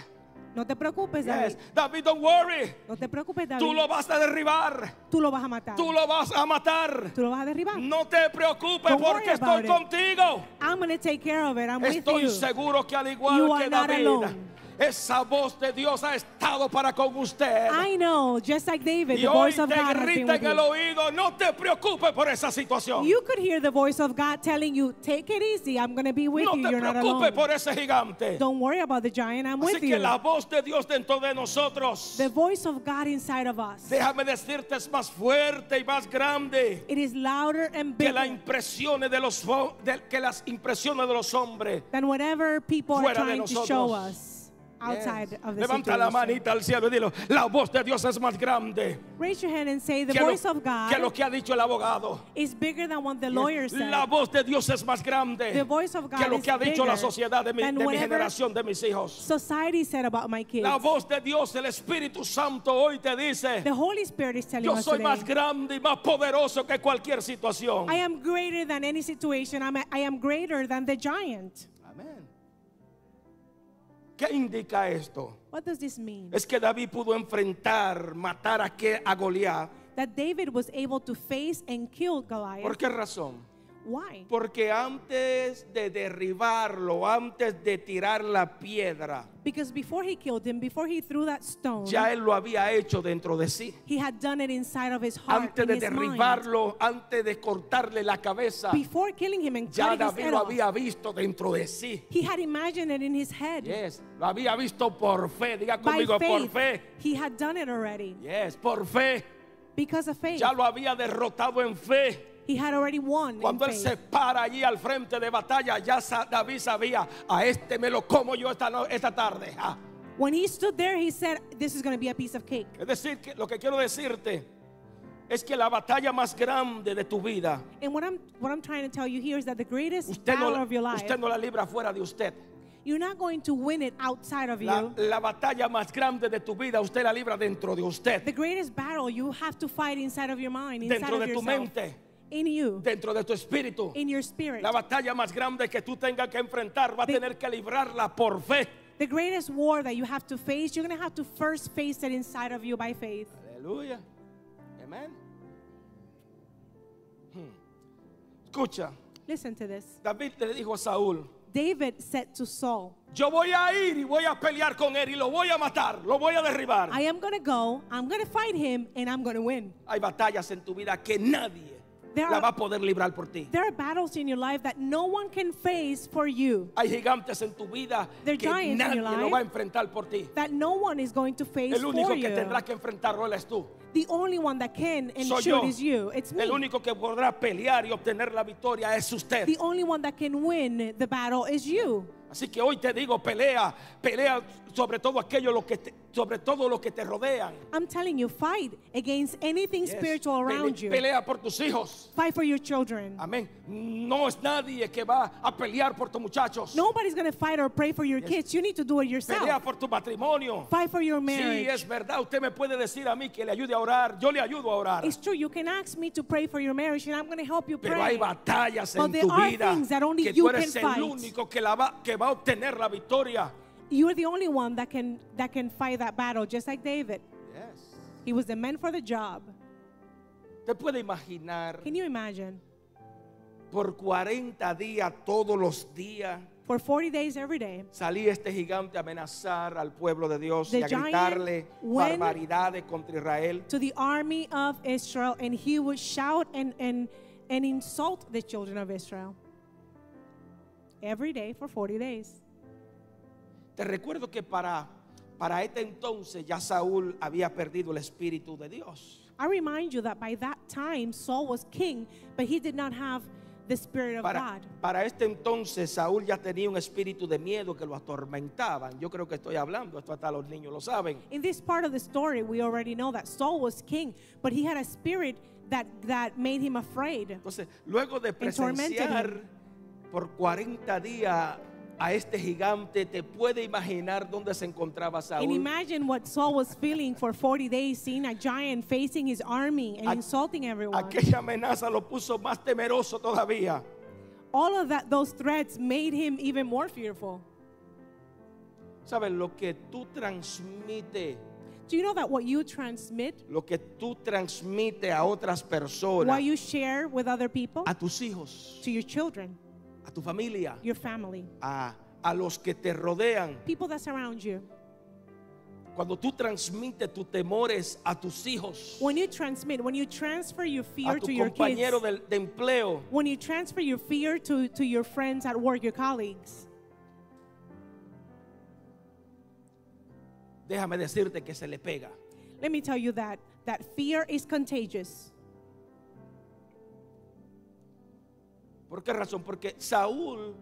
[SPEAKER 2] no te preocupes,
[SPEAKER 1] Yes.
[SPEAKER 2] David.
[SPEAKER 1] David, don't worry.
[SPEAKER 2] No te preocupes, David.
[SPEAKER 1] Tú lo vas a derribar.
[SPEAKER 2] Tú lo vas a matar.
[SPEAKER 1] Tú Mm. lo vas a matar.
[SPEAKER 2] Tú lo vas a derribar.
[SPEAKER 1] No te preocupes
[SPEAKER 2] Don't worry
[SPEAKER 1] porque estoy
[SPEAKER 2] about it.
[SPEAKER 1] contigo.
[SPEAKER 2] I'm going to take care of it. I'm
[SPEAKER 1] Estoy
[SPEAKER 2] with you.
[SPEAKER 1] seguro que al
[SPEAKER 2] You
[SPEAKER 1] igual
[SPEAKER 2] are
[SPEAKER 1] que
[SPEAKER 2] not
[SPEAKER 1] David,
[SPEAKER 2] alone.
[SPEAKER 1] esa voz de Dios ha estado para con usted.
[SPEAKER 2] I know, just like David,
[SPEAKER 1] Y
[SPEAKER 2] the
[SPEAKER 1] hoy
[SPEAKER 2] voice of
[SPEAKER 1] te
[SPEAKER 2] God has been
[SPEAKER 1] grita
[SPEAKER 2] with
[SPEAKER 1] en el
[SPEAKER 2] you.
[SPEAKER 1] oído, no te preocupes por esa situación.
[SPEAKER 2] You could hear the voice of God telling you, take it easy. I'm going to be with
[SPEAKER 1] No
[SPEAKER 2] you.
[SPEAKER 1] te
[SPEAKER 2] You're not
[SPEAKER 1] preocupes
[SPEAKER 2] alone.
[SPEAKER 1] por ese gigante.
[SPEAKER 2] Don't worry about the giant. I'm
[SPEAKER 1] Así
[SPEAKER 2] with
[SPEAKER 1] que
[SPEAKER 2] you.
[SPEAKER 1] la voz de Dios dentro de nosotros,
[SPEAKER 2] The voice of God inside of us.
[SPEAKER 1] déjame decirte, es más fuerte y más grande
[SPEAKER 2] It is louder and
[SPEAKER 1] que, las
[SPEAKER 2] bigger
[SPEAKER 1] impresiones de los, ho- de- que las impresiones de los hombres.
[SPEAKER 2] than whatever people
[SPEAKER 1] fuera
[SPEAKER 2] are
[SPEAKER 1] de
[SPEAKER 2] trying to show
[SPEAKER 1] nosotros.
[SPEAKER 2] us. outside of the
[SPEAKER 1] Levanta la
[SPEAKER 2] situation.
[SPEAKER 1] manita al cielo y dilo, la voz de Dios es más grande
[SPEAKER 2] Raise your hand and say, the
[SPEAKER 1] que lo-
[SPEAKER 2] voice of
[SPEAKER 1] que lo
[SPEAKER 2] God
[SPEAKER 1] que ha dicho el abogado.
[SPEAKER 2] is bigger than what the lawyer said.
[SPEAKER 1] La voz de Dios es más
[SPEAKER 2] The
[SPEAKER 1] grande
[SPEAKER 2] voice of
[SPEAKER 1] que
[SPEAKER 2] God
[SPEAKER 1] lo
[SPEAKER 2] is
[SPEAKER 1] que ha dicho la
[SPEAKER 2] bigger
[SPEAKER 1] sociedad de mi,
[SPEAKER 2] than
[SPEAKER 1] de mi
[SPEAKER 2] whatever
[SPEAKER 1] generación, de mis hijos.
[SPEAKER 2] Society said about my kids.
[SPEAKER 1] La voz de Dios, el Espíritu Santo hoy te dice,
[SPEAKER 2] The Holy Spirit is telling
[SPEAKER 1] yo
[SPEAKER 2] us
[SPEAKER 1] soy
[SPEAKER 2] today,
[SPEAKER 1] más grande y más poderoso que cualquier situación.
[SPEAKER 2] I am greater than any situation. I'm a, I am greater than the giant.
[SPEAKER 1] Amén. ¿Qué indica esto?
[SPEAKER 2] What does this mean?
[SPEAKER 1] Es que David pudo enfrentar, matar a, que, a Goliat.
[SPEAKER 2] That David was able to face and kill Goliath.
[SPEAKER 1] ¿Por qué razón?
[SPEAKER 2] Why?
[SPEAKER 1] Porque antes de derribarlo, antes de tirar la piedra,
[SPEAKER 2] Because before he killed him, before he threw that stone,
[SPEAKER 1] ya él lo había hecho dentro de sí.
[SPEAKER 2] he had done it inside of his heart.
[SPEAKER 1] Antes de
[SPEAKER 2] in his mind.
[SPEAKER 1] derribarlo, antes de cortarle la cabeza,
[SPEAKER 2] Before killing him and
[SPEAKER 1] ya
[SPEAKER 2] cutting his
[SPEAKER 1] David
[SPEAKER 2] head
[SPEAKER 1] lo
[SPEAKER 2] off,
[SPEAKER 1] había visto dentro de sí.
[SPEAKER 2] he had imagined it in his head.
[SPEAKER 1] Yes, lo había visto por fe. Diga
[SPEAKER 2] By
[SPEAKER 1] conmigo, por
[SPEAKER 2] faith,
[SPEAKER 1] fe.
[SPEAKER 2] he had done it already.
[SPEAKER 1] Yes, por fe.
[SPEAKER 2] Because of faith,
[SPEAKER 1] Ya lo había derrotado en fe.
[SPEAKER 2] he had already won. in
[SPEAKER 1] Cuando él
[SPEAKER 2] faith.
[SPEAKER 1] se para allí al frente de batalla, ya sa- David sabía, a este me lo como yo esta, no- esta tarde. ah".
[SPEAKER 2] When he stood there, he said, This is going to be a piece of cake.
[SPEAKER 1] Es decir, que lo que quiero decirte es que la batalla más grande de tu vida,
[SPEAKER 2] And what I'm what I'm trying to tell you here is that the greatest
[SPEAKER 1] usted no,
[SPEAKER 2] battle
[SPEAKER 1] la-
[SPEAKER 2] of your life,
[SPEAKER 1] usted no la libra fuera de usted.
[SPEAKER 2] you're not going to win it outside of
[SPEAKER 1] La,
[SPEAKER 2] you.
[SPEAKER 1] la batalla más grande de tu vida, usted la libra dentro de
[SPEAKER 2] The
[SPEAKER 1] usted,
[SPEAKER 2] greatest battle you have to fight inside of your mind, inside
[SPEAKER 1] dentro
[SPEAKER 2] of
[SPEAKER 1] de tu
[SPEAKER 2] yourself,
[SPEAKER 1] mente,
[SPEAKER 2] in you,
[SPEAKER 1] dentro de tu espíritu.
[SPEAKER 2] in your spirit.
[SPEAKER 1] La batalla más grande que tú tengas que enfrentar va a
[SPEAKER 2] The-
[SPEAKER 1] tener que librarla por fe.
[SPEAKER 2] The greatest war that you have to face, you're going to have to first face it inside of you by faith.
[SPEAKER 1] Aleluya. Amén. Hmm. Escucha,
[SPEAKER 2] Listen to this.
[SPEAKER 1] David le dijo a Saúl,
[SPEAKER 2] David said to Saul,
[SPEAKER 1] yo voy a ir y voy a pelear con él y lo voy a matar, lo voy a derribar.
[SPEAKER 2] I am going to go, I'm going to fight him, and I'm going to win.
[SPEAKER 1] Hay batallas en tu vida que nadie
[SPEAKER 2] There
[SPEAKER 1] la
[SPEAKER 2] are-
[SPEAKER 1] va a poder librar por ti.
[SPEAKER 2] There are battles in your life that no one can face for you,
[SPEAKER 1] Hay gigantes en tu vida
[SPEAKER 2] There are
[SPEAKER 1] que
[SPEAKER 2] giants in
[SPEAKER 1] nadie
[SPEAKER 2] your
[SPEAKER 1] lo
[SPEAKER 2] life.
[SPEAKER 1] va a enfrentar por ti.
[SPEAKER 2] that no one is going to face
[SPEAKER 1] El único
[SPEAKER 2] for
[SPEAKER 1] que
[SPEAKER 2] you.
[SPEAKER 1] tendrá que enfrentarlo eres tú.
[SPEAKER 2] The only one that can and
[SPEAKER 1] Soy
[SPEAKER 2] should
[SPEAKER 1] yo.
[SPEAKER 2] is you. It's me.
[SPEAKER 1] El único que podrá pelear y obtener la victoria es usted.
[SPEAKER 2] the only one that can win the battle is you.
[SPEAKER 1] Así que hoy te digo, pelea, pelea sobre todo aquello lo que te- sobre todo lo que te rodean.
[SPEAKER 2] I'm telling you, fight against anything
[SPEAKER 1] Yes.
[SPEAKER 2] spiritual
[SPEAKER 1] Pele-
[SPEAKER 2] around you.
[SPEAKER 1] Pelea por tus hijos.
[SPEAKER 2] Fight for your children.
[SPEAKER 1] Amén. No es nadie que va a pelear por tus muchachos.
[SPEAKER 2] Nobody's going to fight or pray for your kids. You need to do it yourself.
[SPEAKER 1] Pelea por tu matrimonio.
[SPEAKER 2] Fight for your marriage.
[SPEAKER 1] Sí, es verdad. Usted me puede decir a mí que le ayude a orar. Yo le ayudo a orar.
[SPEAKER 2] It's true. You can ask me to pray for your marriage, and I'm going to help you
[SPEAKER 1] Pero
[SPEAKER 2] pray.
[SPEAKER 1] hay batallas
[SPEAKER 2] But
[SPEAKER 1] en
[SPEAKER 2] there
[SPEAKER 1] tu
[SPEAKER 2] are
[SPEAKER 1] vida
[SPEAKER 2] things that only
[SPEAKER 1] que
[SPEAKER 2] you
[SPEAKER 1] tú eres
[SPEAKER 2] can
[SPEAKER 1] el
[SPEAKER 2] fight.
[SPEAKER 1] único que, la va, que va a obtener la victoria.
[SPEAKER 2] You're the only one that can that can fight that battle, just like David. He was the man for the job.
[SPEAKER 1] Usted puede imaginar
[SPEAKER 2] Can you imagine?
[SPEAKER 1] por 40 días, todos los días,
[SPEAKER 2] For 40 days every day,
[SPEAKER 1] Salía este gigante a amenazar al pueblo de Dios y
[SPEAKER 2] The
[SPEAKER 1] a
[SPEAKER 2] giant
[SPEAKER 1] gritarle
[SPEAKER 2] went-
[SPEAKER 1] barbaridades contra Israel.
[SPEAKER 2] to the army of Israel, and he would shout and and and insult the children of Israel every day for 40 days.
[SPEAKER 1] Te recuerdo que para, para este entonces ya Saúl había perdido el espíritu de Dios.
[SPEAKER 2] I remind you that by that time Saul was king, but he did not have the spirit of
[SPEAKER 1] Para,
[SPEAKER 2] God.
[SPEAKER 1] para este entonces Saúl ya tenía un espíritu de miedo que lo atormentaban. Yo creo que estoy hablando, esto hasta los niños lo saben.
[SPEAKER 2] In this part of the story, we already know that Saul was king, but he had a spirit that that made him afraid.
[SPEAKER 1] Entonces, luego de
[SPEAKER 2] tormented
[SPEAKER 1] presenciar por 40 días a este gigante, te puede imaginar dónde se encontraba
[SPEAKER 2] And
[SPEAKER 1] Saúl.
[SPEAKER 2] imagine what Saul was feeling for 40 days, seeing a giant facing his army and
[SPEAKER 1] Aqu-
[SPEAKER 2] insulting everyone.
[SPEAKER 1] Aquella amenaza lo puso más temeroso todavía.
[SPEAKER 2] All of that, those threats made him even more fearful.
[SPEAKER 1] ¿Sabes? Lo que tú transmites,
[SPEAKER 2] Do you know that what you transmit,
[SPEAKER 1] lo que tú transmites a otras personas,
[SPEAKER 2] what you share with other people,
[SPEAKER 1] a tus hijos,
[SPEAKER 2] to your children,
[SPEAKER 1] a tu familia,
[SPEAKER 2] your family,
[SPEAKER 1] a, a los que te rodean,
[SPEAKER 2] people that surround you,
[SPEAKER 1] cuando tú transmites tus temores a tus hijos,
[SPEAKER 2] when you transmit, when you transfer your
[SPEAKER 1] a
[SPEAKER 2] fear
[SPEAKER 1] tu
[SPEAKER 2] to your kids,
[SPEAKER 1] compañero de, de empleo,
[SPEAKER 2] when you transfer your fear to, to your friends at work, your colleagues,
[SPEAKER 1] déjame decirte que se le pega.
[SPEAKER 2] let me tell you that that fear is contagious.
[SPEAKER 1] ¿Por qué razón? Porque Saúl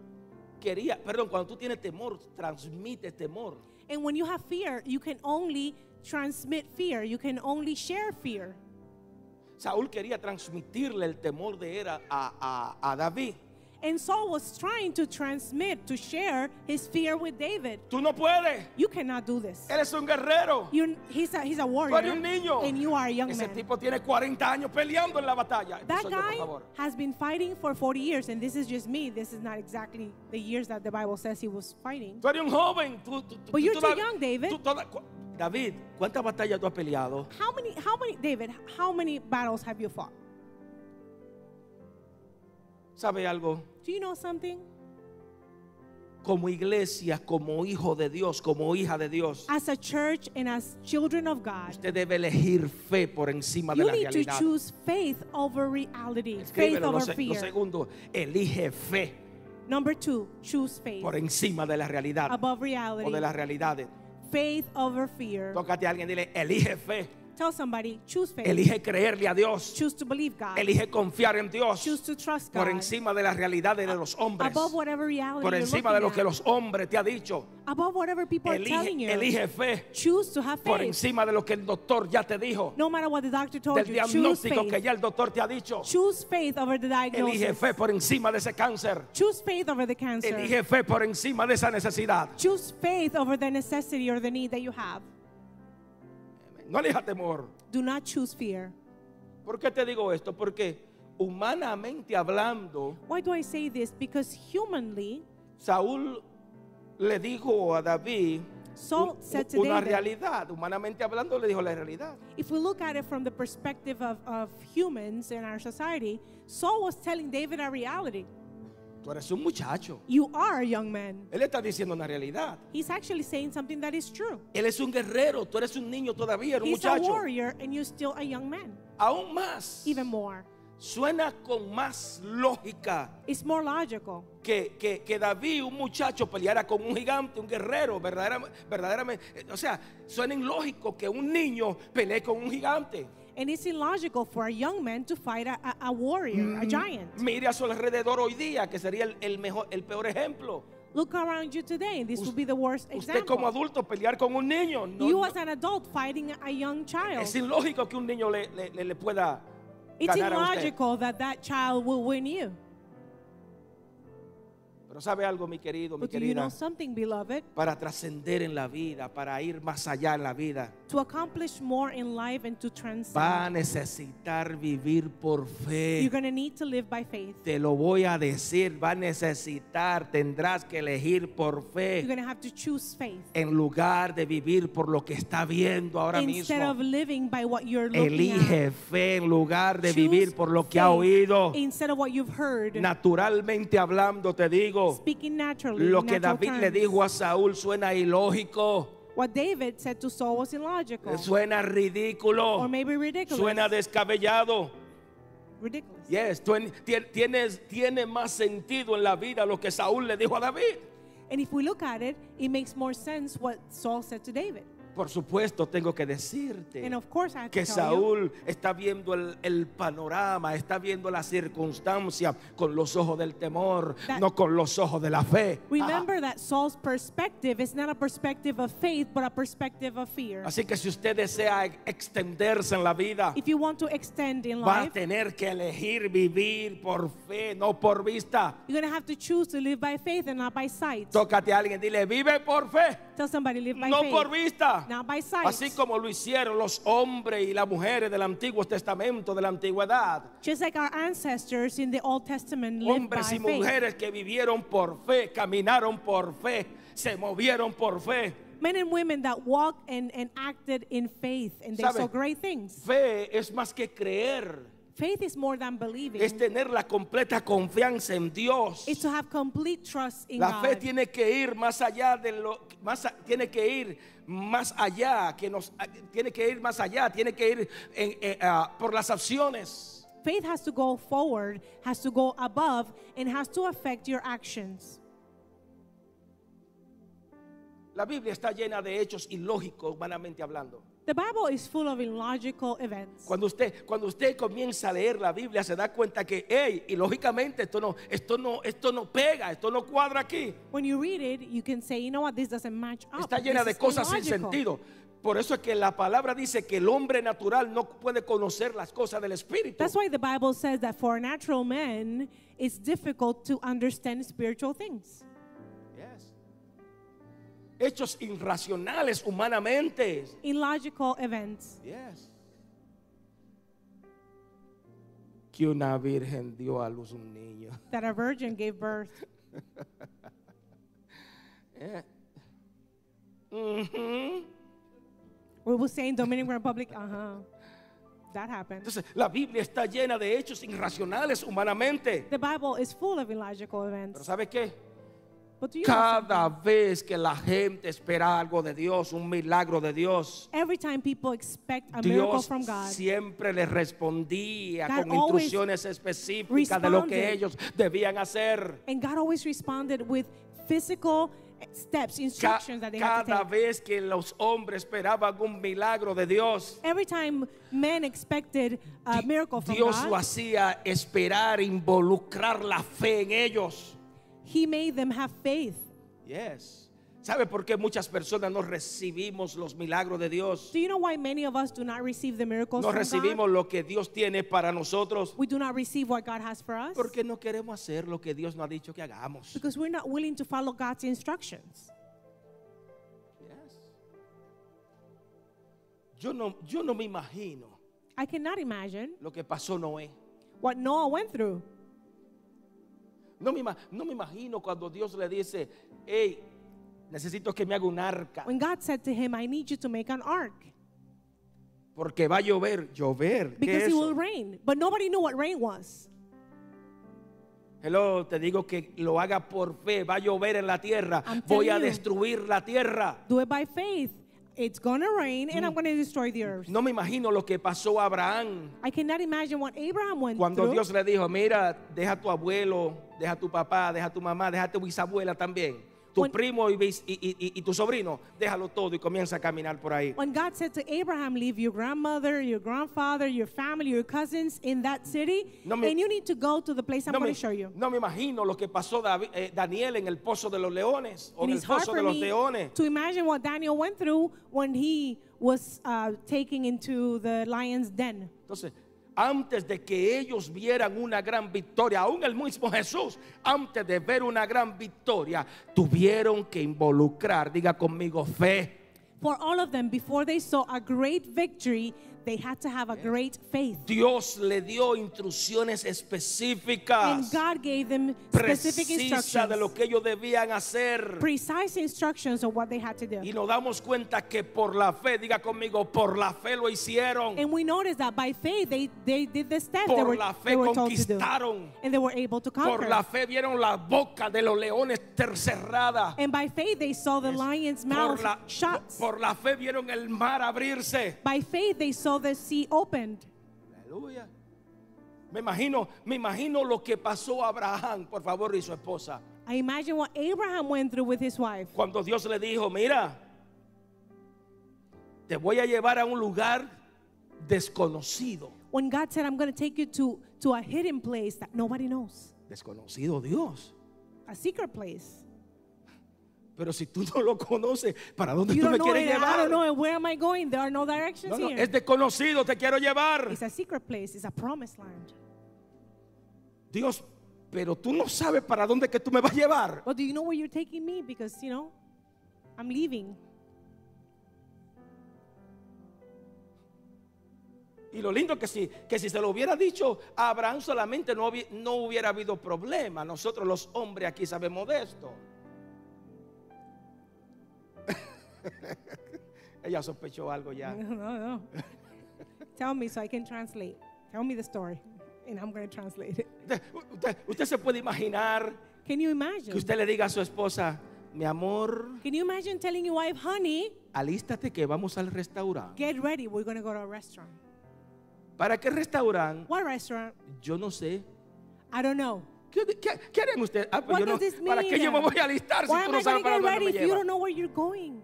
[SPEAKER 1] quería, perdón, cuando tú tienes temor, transmites temor.
[SPEAKER 2] And when you have fear, you can only transmit fear, you can only share fear.
[SPEAKER 1] Saúl quería transmitirle el temor de era a, a- a David.
[SPEAKER 2] And Saul was trying to transmit, to share his fear with David.
[SPEAKER 1] Tú no puedes.
[SPEAKER 2] You cannot do this.
[SPEAKER 1] Eres un guerrero.
[SPEAKER 2] You, he's, a, he's a
[SPEAKER 1] Tú
[SPEAKER 2] warrior,
[SPEAKER 1] eres un Eh, niño.
[SPEAKER 2] and you are a young
[SPEAKER 1] Ese
[SPEAKER 2] man.
[SPEAKER 1] tipo tiene 40 años peleando en la batalla.
[SPEAKER 2] That
[SPEAKER 1] Soy yo, por
[SPEAKER 2] guy
[SPEAKER 1] favor.
[SPEAKER 2] has been fighting for 40 years, and this is just me. This is not exactly the years that the Bible says he was fighting.
[SPEAKER 1] Tú eres un joven. Tú, tú- tú-
[SPEAKER 2] But you're
[SPEAKER 1] tú
[SPEAKER 2] too
[SPEAKER 1] toda-
[SPEAKER 2] young, David.
[SPEAKER 1] tú toda- cu- David, ¿cuántas batallas tú has peleado?
[SPEAKER 2] How many, how many, David, how many battles have you fought?
[SPEAKER 1] ¿Sabe algo?
[SPEAKER 2] Do you know something?
[SPEAKER 1] Como iglesia, como hijo de Dios, como hija de Dios,
[SPEAKER 2] As a church and as children of God,
[SPEAKER 1] usted debe elegir fe por encima de
[SPEAKER 2] you
[SPEAKER 1] la
[SPEAKER 2] need to
[SPEAKER 1] realidad.
[SPEAKER 2] choose faith over reality, faith
[SPEAKER 1] Escríbelo, lo,
[SPEAKER 2] over
[SPEAKER 1] se- lo
[SPEAKER 2] fear.
[SPEAKER 1] segundo, elige fe
[SPEAKER 2] Number two, choose faith
[SPEAKER 1] por encima de la realidad
[SPEAKER 2] above
[SPEAKER 1] o de
[SPEAKER 2] reality,
[SPEAKER 1] las realidades.
[SPEAKER 2] faith over fear.
[SPEAKER 1] Tócate a alguien, dile, elige fe,
[SPEAKER 2] Tell somebody, choose faith,
[SPEAKER 1] elige creerle a Dios,
[SPEAKER 2] choose to believe God,
[SPEAKER 1] elige confiar en Dios
[SPEAKER 2] choose to trust
[SPEAKER 1] por
[SPEAKER 2] God
[SPEAKER 1] encima de las realidades de los hombres,
[SPEAKER 2] above whatever reality
[SPEAKER 1] por
[SPEAKER 2] you're
[SPEAKER 1] encima de lo
[SPEAKER 2] looking
[SPEAKER 1] que
[SPEAKER 2] at.
[SPEAKER 1] los hombres te ha dicho.
[SPEAKER 2] above whatever people are telling you.
[SPEAKER 1] Elige, elige fe
[SPEAKER 2] Choose to have
[SPEAKER 1] por
[SPEAKER 2] faith.
[SPEAKER 1] encima de lo que el doctor ya te dijo,
[SPEAKER 2] No matter what the doctor told
[SPEAKER 1] del
[SPEAKER 2] you, choose
[SPEAKER 1] diagnóstico que
[SPEAKER 2] faith.
[SPEAKER 1] ya el doctor te ha dicho.
[SPEAKER 2] Choose faith over the
[SPEAKER 1] Elige
[SPEAKER 2] diagnosis.
[SPEAKER 1] fe por encima de ese cáncer.
[SPEAKER 2] Choose faith over the cancer.
[SPEAKER 1] Elige fe por encima de esa necesidad.
[SPEAKER 2] Choose faith over the necessity or the need that you have.
[SPEAKER 1] No elija temor.
[SPEAKER 2] Do not choose fear.
[SPEAKER 1] ¿Por qué te digo esto? Porque humanamente hablando,
[SPEAKER 2] Why do I say this? Because humanly,
[SPEAKER 1] Saúl le dijo a David
[SPEAKER 2] Saul
[SPEAKER 1] un-
[SPEAKER 2] said to
[SPEAKER 1] una
[SPEAKER 2] David-
[SPEAKER 1] realidad. Humanamente hablando, le dijo la realidad.
[SPEAKER 2] if we look at it from the perspective of, of humans in our society, Saul was telling David a reality.
[SPEAKER 1] Tú eres un muchacho.
[SPEAKER 2] You are a young man.
[SPEAKER 1] Él está diciendo una realidad.
[SPEAKER 2] He's actually saying something that is true.
[SPEAKER 1] Él es un guerrero. Tú eres un niño todavía, eres un
[SPEAKER 2] He's a
[SPEAKER 1] muchacho.
[SPEAKER 2] warrior and you're still a young man.
[SPEAKER 1] Aún más.
[SPEAKER 2] Even more.
[SPEAKER 1] Suena con más lógica
[SPEAKER 2] It's more logical.
[SPEAKER 1] que, que- que David, un muchacho, peleara con un gigante, un guerrero, verdaderamente, verdaderamente. eh, O sea, suena ilógico que un niño pelee con un gigante.
[SPEAKER 2] And it's illogical for a young man to fight a, a, a warrior, a
[SPEAKER 1] Mm,
[SPEAKER 2] giant.
[SPEAKER 1] Mire a su alrededor hoy día, que sería el, el mejor, el peor ejemplo.
[SPEAKER 2] Look around you today. This would be the worst
[SPEAKER 1] Usted como
[SPEAKER 2] example.
[SPEAKER 1] adulto pelear con un niño. no-
[SPEAKER 2] You
[SPEAKER 1] no-
[SPEAKER 2] as an adult fighting a young child.
[SPEAKER 1] es ilógico que un niño le, le- le- le pueda
[SPEAKER 2] It's
[SPEAKER 1] ganar a usted.
[SPEAKER 2] illogical that that child will win you.
[SPEAKER 1] Pero sabe algo, mi querido, mi
[SPEAKER 2] But do you
[SPEAKER 1] querida.
[SPEAKER 2] know something, beloved?
[SPEAKER 1] Para trascender en la vida, para ir más allá en la vida,
[SPEAKER 2] To accomplish more in life and to transcend,
[SPEAKER 1] va a necesitar vivir por fe.
[SPEAKER 2] you're going to need to live by faith.
[SPEAKER 1] Te lo voy a decir, va a necesitar, tendrás que elegir por
[SPEAKER 2] You're
[SPEAKER 1] fe
[SPEAKER 2] going to have to choose faith
[SPEAKER 1] en lugar de vivir por lo que está viendo ahora
[SPEAKER 2] instead of
[SPEAKER 1] mismo.
[SPEAKER 2] living by what you're looking at.
[SPEAKER 1] Elige fe en lugar de
[SPEAKER 2] Choose
[SPEAKER 1] vivir por lo que ha
[SPEAKER 2] faith
[SPEAKER 1] oído.
[SPEAKER 2] Instead of what you've heard.
[SPEAKER 1] Naturalmente hablando, te digo,
[SPEAKER 2] Speaking naturally.
[SPEAKER 1] lo
[SPEAKER 2] in
[SPEAKER 1] que
[SPEAKER 2] natural
[SPEAKER 1] David le
[SPEAKER 2] terms.
[SPEAKER 1] dijo a Saúl suena ilógico,
[SPEAKER 2] What David said to Saul was illogical.
[SPEAKER 1] suena
[SPEAKER 2] Oh. or
[SPEAKER 1] ridículo,
[SPEAKER 2] maybe ridiculous.
[SPEAKER 1] suena descabellado.
[SPEAKER 2] ridiculous.
[SPEAKER 1] Yes, tuen- tien- tienes- tiene más sentido en la vida lo que Saúl le dijo a David.
[SPEAKER 2] And if we look at it, it makes more sense what Saul said to David.
[SPEAKER 1] Por supuesto, tengo que decirte.
[SPEAKER 2] And of course, I have
[SPEAKER 1] que
[SPEAKER 2] to tell you,
[SPEAKER 1] Saúl está viendo el, el panorama, está viendo la circunstancia con los ojos del temor,
[SPEAKER 2] That-
[SPEAKER 1] no con los ojos de la fe.
[SPEAKER 2] remember that Saul's perspective is not a perspective of faith, but a perspective of fear.
[SPEAKER 1] Así que si usted desea e- extenderse en la vida,
[SPEAKER 2] If you want to extend in
[SPEAKER 1] va a
[SPEAKER 2] life,
[SPEAKER 1] tener que elegir vivir por fe, no por vista.
[SPEAKER 2] you're gonna have to choose to live by faith and not by sight.
[SPEAKER 1] Tócate a alguien, dile, vive por fe,
[SPEAKER 2] Tell somebody live by
[SPEAKER 1] no
[SPEAKER 2] faith,
[SPEAKER 1] por vista.
[SPEAKER 2] not by sight.
[SPEAKER 1] Así como lo hicieron los hombres y las mujeres del Antiguo Testamento, de la antigüedad.
[SPEAKER 2] Just like our ancestors in the Old Testament lived by
[SPEAKER 1] Hombres y
[SPEAKER 2] faith.
[SPEAKER 1] mujeres que vivieron por fe, caminaron por fe, se movieron por fe.
[SPEAKER 2] Men and women that walked and, and acted in faith and they
[SPEAKER 1] ¿Sabe?
[SPEAKER 2] saw great things.
[SPEAKER 1] Fe es más que creer,
[SPEAKER 2] Faith is more than believing.
[SPEAKER 1] es tener la completa confianza en Dios.
[SPEAKER 2] is to have complete trust in
[SPEAKER 1] La
[SPEAKER 2] God.
[SPEAKER 1] fe tiene que ir más allá de lo más a- tiene que ir más allá que nos a- tiene que ir más allá, tiene que ir en- eh, ah, por las acciones.
[SPEAKER 2] Faith has to go forward, has to go above, and has to affect your actions.
[SPEAKER 1] La Biblia está llena de hechos ilógicos humanamente hablando.
[SPEAKER 2] The Bible is full of illogical events.
[SPEAKER 1] Cuando usted, cuando usted comienza a leer la Biblia, se da cuenta que, hey, y lógicamente esto no, esto no, esto no pega, esto no cuadra aquí.
[SPEAKER 2] When you read it, you can say, you know what, this doesn't match up.
[SPEAKER 1] Está llena de
[SPEAKER 2] This is
[SPEAKER 1] cosas sin
[SPEAKER 2] illogical."
[SPEAKER 1] sentido. Por eso es que la palabra dice que el hombre natural no puede conocer las cosas del espíritu.
[SPEAKER 2] That's why the Bible says that for natural men, it's difficult to understand spiritual things.
[SPEAKER 1] Yes. Hechos irracionales humanamente.
[SPEAKER 2] Illogical events.
[SPEAKER 1] Yes. Que una virgen dio a luz un niño.
[SPEAKER 2] that a virgin gave birth.
[SPEAKER 1] [laughs] Eh.
[SPEAKER 2] Mm-hmm. We will say in Dominican Republic, uh huh. That happened.
[SPEAKER 1] Entonces, la Biblia está llena de hechos irracionales humanamente.
[SPEAKER 2] The Bible is full of illogical
[SPEAKER 1] Pero
[SPEAKER 2] events.
[SPEAKER 1] ¿sabe qué?
[SPEAKER 2] But do you know
[SPEAKER 1] Cada
[SPEAKER 2] something?
[SPEAKER 1] vez que la gente espera algo de Dios, un milagro de Dios,
[SPEAKER 2] every time people expect a miracle
[SPEAKER 1] Dios
[SPEAKER 2] from God,
[SPEAKER 1] siempre les respondía
[SPEAKER 2] God
[SPEAKER 1] con
[SPEAKER 2] always
[SPEAKER 1] instrucciones específicas de lo que
[SPEAKER 2] responded.
[SPEAKER 1] ellos debían hacer.
[SPEAKER 2] and God always responded with physical steps,
[SPEAKER 1] Ca-
[SPEAKER 2] instructions that they had to
[SPEAKER 1] cada
[SPEAKER 2] take.
[SPEAKER 1] vez que los hombres esperaban un milagro de Dios,
[SPEAKER 2] Every time men expected a miracle from
[SPEAKER 1] Dios lo
[SPEAKER 2] God,
[SPEAKER 1] hacía esperar, involucrar la fe en ellos.
[SPEAKER 2] He made them have faith.
[SPEAKER 1] Yes. ¿Sabe por qué muchas personas no recibimos los milagros de Dios?
[SPEAKER 2] Do you know why many of us do not receive the miracles
[SPEAKER 1] No
[SPEAKER 2] from God?
[SPEAKER 1] recibimos lo que Dios tiene para nosotros
[SPEAKER 2] We do not receive what God has for us.
[SPEAKER 1] porque no queremos hacer lo que Dios nos ha dicho que hagamos.
[SPEAKER 2] Because we're not willing to follow God's instructions.
[SPEAKER 1] Yes. Yo no, yo no me imagino
[SPEAKER 2] I cannot imagine
[SPEAKER 1] lo que pasó Noé.
[SPEAKER 2] what Noah went through.
[SPEAKER 1] No me, ima- no me imagino cuando Dios le dice, hey, necesito que me haga un arca
[SPEAKER 2] When God said to him, I need you to make an ark
[SPEAKER 1] porque va a llover. Llover. ¿qué es
[SPEAKER 2] because it
[SPEAKER 1] eso?
[SPEAKER 2] will rain. But nobody knew what rain was.
[SPEAKER 1] Hello, te digo que lo haga por fe. Va a llover en la tierra.
[SPEAKER 2] I'm
[SPEAKER 1] Voy a
[SPEAKER 2] telling you.
[SPEAKER 1] destruir la tierra.
[SPEAKER 2] Do it by faith. It's going to rain
[SPEAKER 1] Mm.
[SPEAKER 2] and I'm going to destroy the earth.
[SPEAKER 1] No me imagino lo que pasó a Abraham
[SPEAKER 2] I cannot imagine what Abraham went
[SPEAKER 1] cuando
[SPEAKER 2] through
[SPEAKER 1] Dios le dijo, mira, deja a tu abuelo, deja a tu papá, deja a tu mamá, deja a tu bisabuela también. Tu
[SPEAKER 2] When-
[SPEAKER 1] primo y, bis- y- y- y- y tu sobrino, déjalo todo y comienza a caminar por ahí.
[SPEAKER 2] when God said to Abraham, Leave your grandmother, your grandfather, your family, your cousins in that city,
[SPEAKER 1] No me-
[SPEAKER 2] and you need to go to the place I'm
[SPEAKER 1] No me,
[SPEAKER 2] going to show you.
[SPEAKER 1] no me imagino lo que pasó Davi- eh, Daniel en el pozo de los leones o
[SPEAKER 2] And
[SPEAKER 1] en
[SPEAKER 2] it's
[SPEAKER 1] el
[SPEAKER 2] hard
[SPEAKER 1] pozo de
[SPEAKER 2] for
[SPEAKER 1] los
[SPEAKER 2] me
[SPEAKER 1] leones.
[SPEAKER 2] to imagine what Daniel went through when he was uh, taken into the lion's den.
[SPEAKER 1] Entonces, antes de que ellos vieran una gran victoria, aún el mismo Jesús, antes de ver una gran victoria, tuvieron que involucrar, diga conmigo, fe.
[SPEAKER 2] For all of them, before they saw a great victory, they had to have a great faith.
[SPEAKER 1] Dios le dio instrucciones
[SPEAKER 2] And
[SPEAKER 1] específicas,
[SPEAKER 2] God gave them specific
[SPEAKER 1] precisa de lo
[SPEAKER 2] instructions,
[SPEAKER 1] que ellos debían hacer.
[SPEAKER 2] precise instructions of what they had to
[SPEAKER 1] Y
[SPEAKER 2] do.
[SPEAKER 1] nos damos cuenta que por la fe, diga conmigo, por la fe lo hicieron.
[SPEAKER 2] And we noticed that by faith, they, they did the steps they
[SPEAKER 1] Por
[SPEAKER 2] were,
[SPEAKER 1] la fe
[SPEAKER 2] they were told to do.
[SPEAKER 1] conquistaron.
[SPEAKER 2] And they were able to
[SPEAKER 1] Por la fe
[SPEAKER 2] conquer.
[SPEAKER 1] vieron la boca de los leones tercerrada.
[SPEAKER 2] And by faith, they saw the lion's mouth
[SPEAKER 1] Por la,
[SPEAKER 2] shut.
[SPEAKER 1] por la fe vieron el mar abrirse.
[SPEAKER 2] By faith, they saw the sea opened.
[SPEAKER 1] Aleluya. Me imagino, me imagino lo que pasó a Abraham, por favor, y su esposa.
[SPEAKER 2] I imagine what Abraham went through with his wife.
[SPEAKER 1] Cuando Dios le dijo, mira, te voy a llevar a un lugar desconocido.
[SPEAKER 2] When God said, I'm going to take you to, to a hidden place that nobody knows,
[SPEAKER 1] Desconocido Dios.
[SPEAKER 2] a secret place.
[SPEAKER 1] Pero si tú no lo conoces, ¿para dónde
[SPEAKER 2] You
[SPEAKER 1] tú
[SPEAKER 2] don't
[SPEAKER 1] me
[SPEAKER 2] know
[SPEAKER 1] quieres
[SPEAKER 2] it. I
[SPEAKER 1] llevar?
[SPEAKER 2] don't know it. Where am I going? There are no directions
[SPEAKER 1] No, no,
[SPEAKER 2] here.
[SPEAKER 1] es desconocido, te quiero llevar.
[SPEAKER 2] it's a secret place. It's a promised land.
[SPEAKER 1] Dios, pero tú no sabes para dónde que tú me vas a llevar.
[SPEAKER 2] Well, do you know where you're taking me? Because, you know, I'm leaving.
[SPEAKER 1] Y lo lindo que si, que si se lo hubiera dicho a Abraham solamente no, hubi- no hubiera habido problema. Nosotros los hombres aquí sabemos de esto. [laughs] Ella sospechó algo ya.
[SPEAKER 2] [laughs] no, no. Tell me so I can translate. Tell me the story, and I'm going to translate it.
[SPEAKER 1] Usted, usted- usted se puede imaginar
[SPEAKER 2] Can you imagine?
[SPEAKER 1] que usted le diga a su esposa, mi amor,
[SPEAKER 2] Can you imagine telling your wife, honey,
[SPEAKER 1] alístate que vamos al restaurante.
[SPEAKER 2] get ready. We're going to go to a restaurant.
[SPEAKER 1] ¿Para qué restaurante?
[SPEAKER 2] What restaurant?
[SPEAKER 1] Yo no sé.
[SPEAKER 2] I don't know.
[SPEAKER 1] ¿Qué, qué, qué harán ustedes? Ah, pues
[SPEAKER 2] What
[SPEAKER 1] yo
[SPEAKER 2] does
[SPEAKER 1] no-
[SPEAKER 2] this mean?
[SPEAKER 1] ¿Para qué yo me voy a alistar si
[SPEAKER 2] Why
[SPEAKER 1] tú
[SPEAKER 2] am
[SPEAKER 1] no
[SPEAKER 2] I
[SPEAKER 1] sabes
[SPEAKER 2] going to
[SPEAKER 1] para
[SPEAKER 2] get
[SPEAKER 1] dónde
[SPEAKER 2] ready
[SPEAKER 1] me
[SPEAKER 2] if you
[SPEAKER 1] llevas?
[SPEAKER 2] don't know where you're going?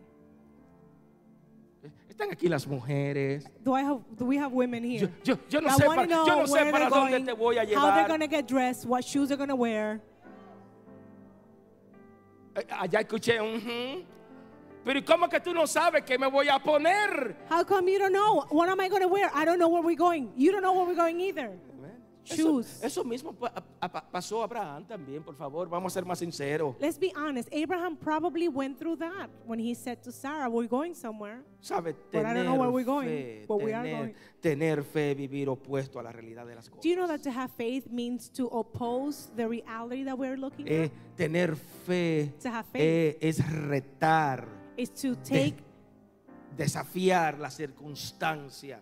[SPEAKER 1] Están aquí las mujeres.
[SPEAKER 2] Do I have? Do we have women
[SPEAKER 1] Yo,
[SPEAKER 2] here?
[SPEAKER 1] [laughs] yo- yo no
[SPEAKER 2] I
[SPEAKER 1] sé
[SPEAKER 2] wanna
[SPEAKER 1] para, yo
[SPEAKER 2] know
[SPEAKER 1] no sé
[SPEAKER 2] where
[SPEAKER 1] para
[SPEAKER 2] they're
[SPEAKER 1] dónde
[SPEAKER 2] going,
[SPEAKER 1] te voy a
[SPEAKER 2] How they're
[SPEAKER 1] llevar.
[SPEAKER 2] gonna get dressed? What shoes they're gonna wear?
[SPEAKER 1] Eh, Allá escuché un... "Ujú". Pero ¿y cómo que tú no sabes qué me voy a poner?
[SPEAKER 2] How come you don't know? What am I gonna wear? I don't know where we're going. You don't know where we're going either.
[SPEAKER 1] Eso,
[SPEAKER 2] Shoes.
[SPEAKER 1] eso mismo pa- a- a- pasó a Abraham también, por favor, vamos a ser más sinceros.
[SPEAKER 2] Let's be honest. Abraham probably went through that when he said to Sarah, "We're going somewhere."
[SPEAKER 1] ¿Sabe?
[SPEAKER 2] But I
[SPEAKER 1] Tener
[SPEAKER 2] don't know where we're going,
[SPEAKER 1] fe,
[SPEAKER 2] but we are
[SPEAKER 1] tener,
[SPEAKER 2] going.
[SPEAKER 1] tener fe, vivir opuesto a la realidad de las cosas.
[SPEAKER 2] Do you know that to have faith means to oppose the reality that we're looking
[SPEAKER 1] Eh,
[SPEAKER 2] at?
[SPEAKER 1] tener fe
[SPEAKER 2] To have faith.
[SPEAKER 1] eh, es retar,
[SPEAKER 2] Is to take,
[SPEAKER 1] desafiar la circunstancia.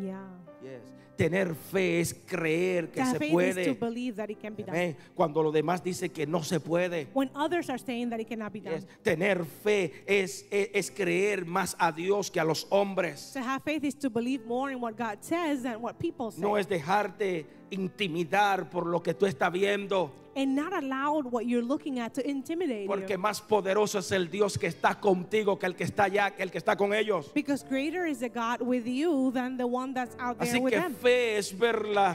[SPEAKER 2] yeah.
[SPEAKER 1] Yes. Tener fe es creer
[SPEAKER 2] To
[SPEAKER 1] que
[SPEAKER 2] have
[SPEAKER 1] se
[SPEAKER 2] faith is to
[SPEAKER 1] puede.
[SPEAKER 2] believe that it can be done.
[SPEAKER 1] Amén. Cuando los demás dicen que no se puede.
[SPEAKER 2] When others are saying that it cannot be done.
[SPEAKER 1] Yes. Tener fe es, es, es creer más a Dios que a los hombres.
[SPEAKER 2] To have faith is to believe more in what God says than what people say.
[SPEAKER 1] No es dejarte intimidar por lo que tú estás viendo.
[SPEAKER 2] and not allow what you're looking at to intimidate
[SPEAKER 1] Porque
[SPEAKER 2] you.
[SPEAKER 1] más poderoso es el Dios que está contigo que el que está allá, que el que está con ellos.
[SPEAKER 2] Because greater is the God with you than the one that's out there
[SPEAKER 1] Así
[SPEAKER 2] with
[SPEAKER 1] que
[SPEAKER 2] them.
[SPEAKER 1] fe es ver la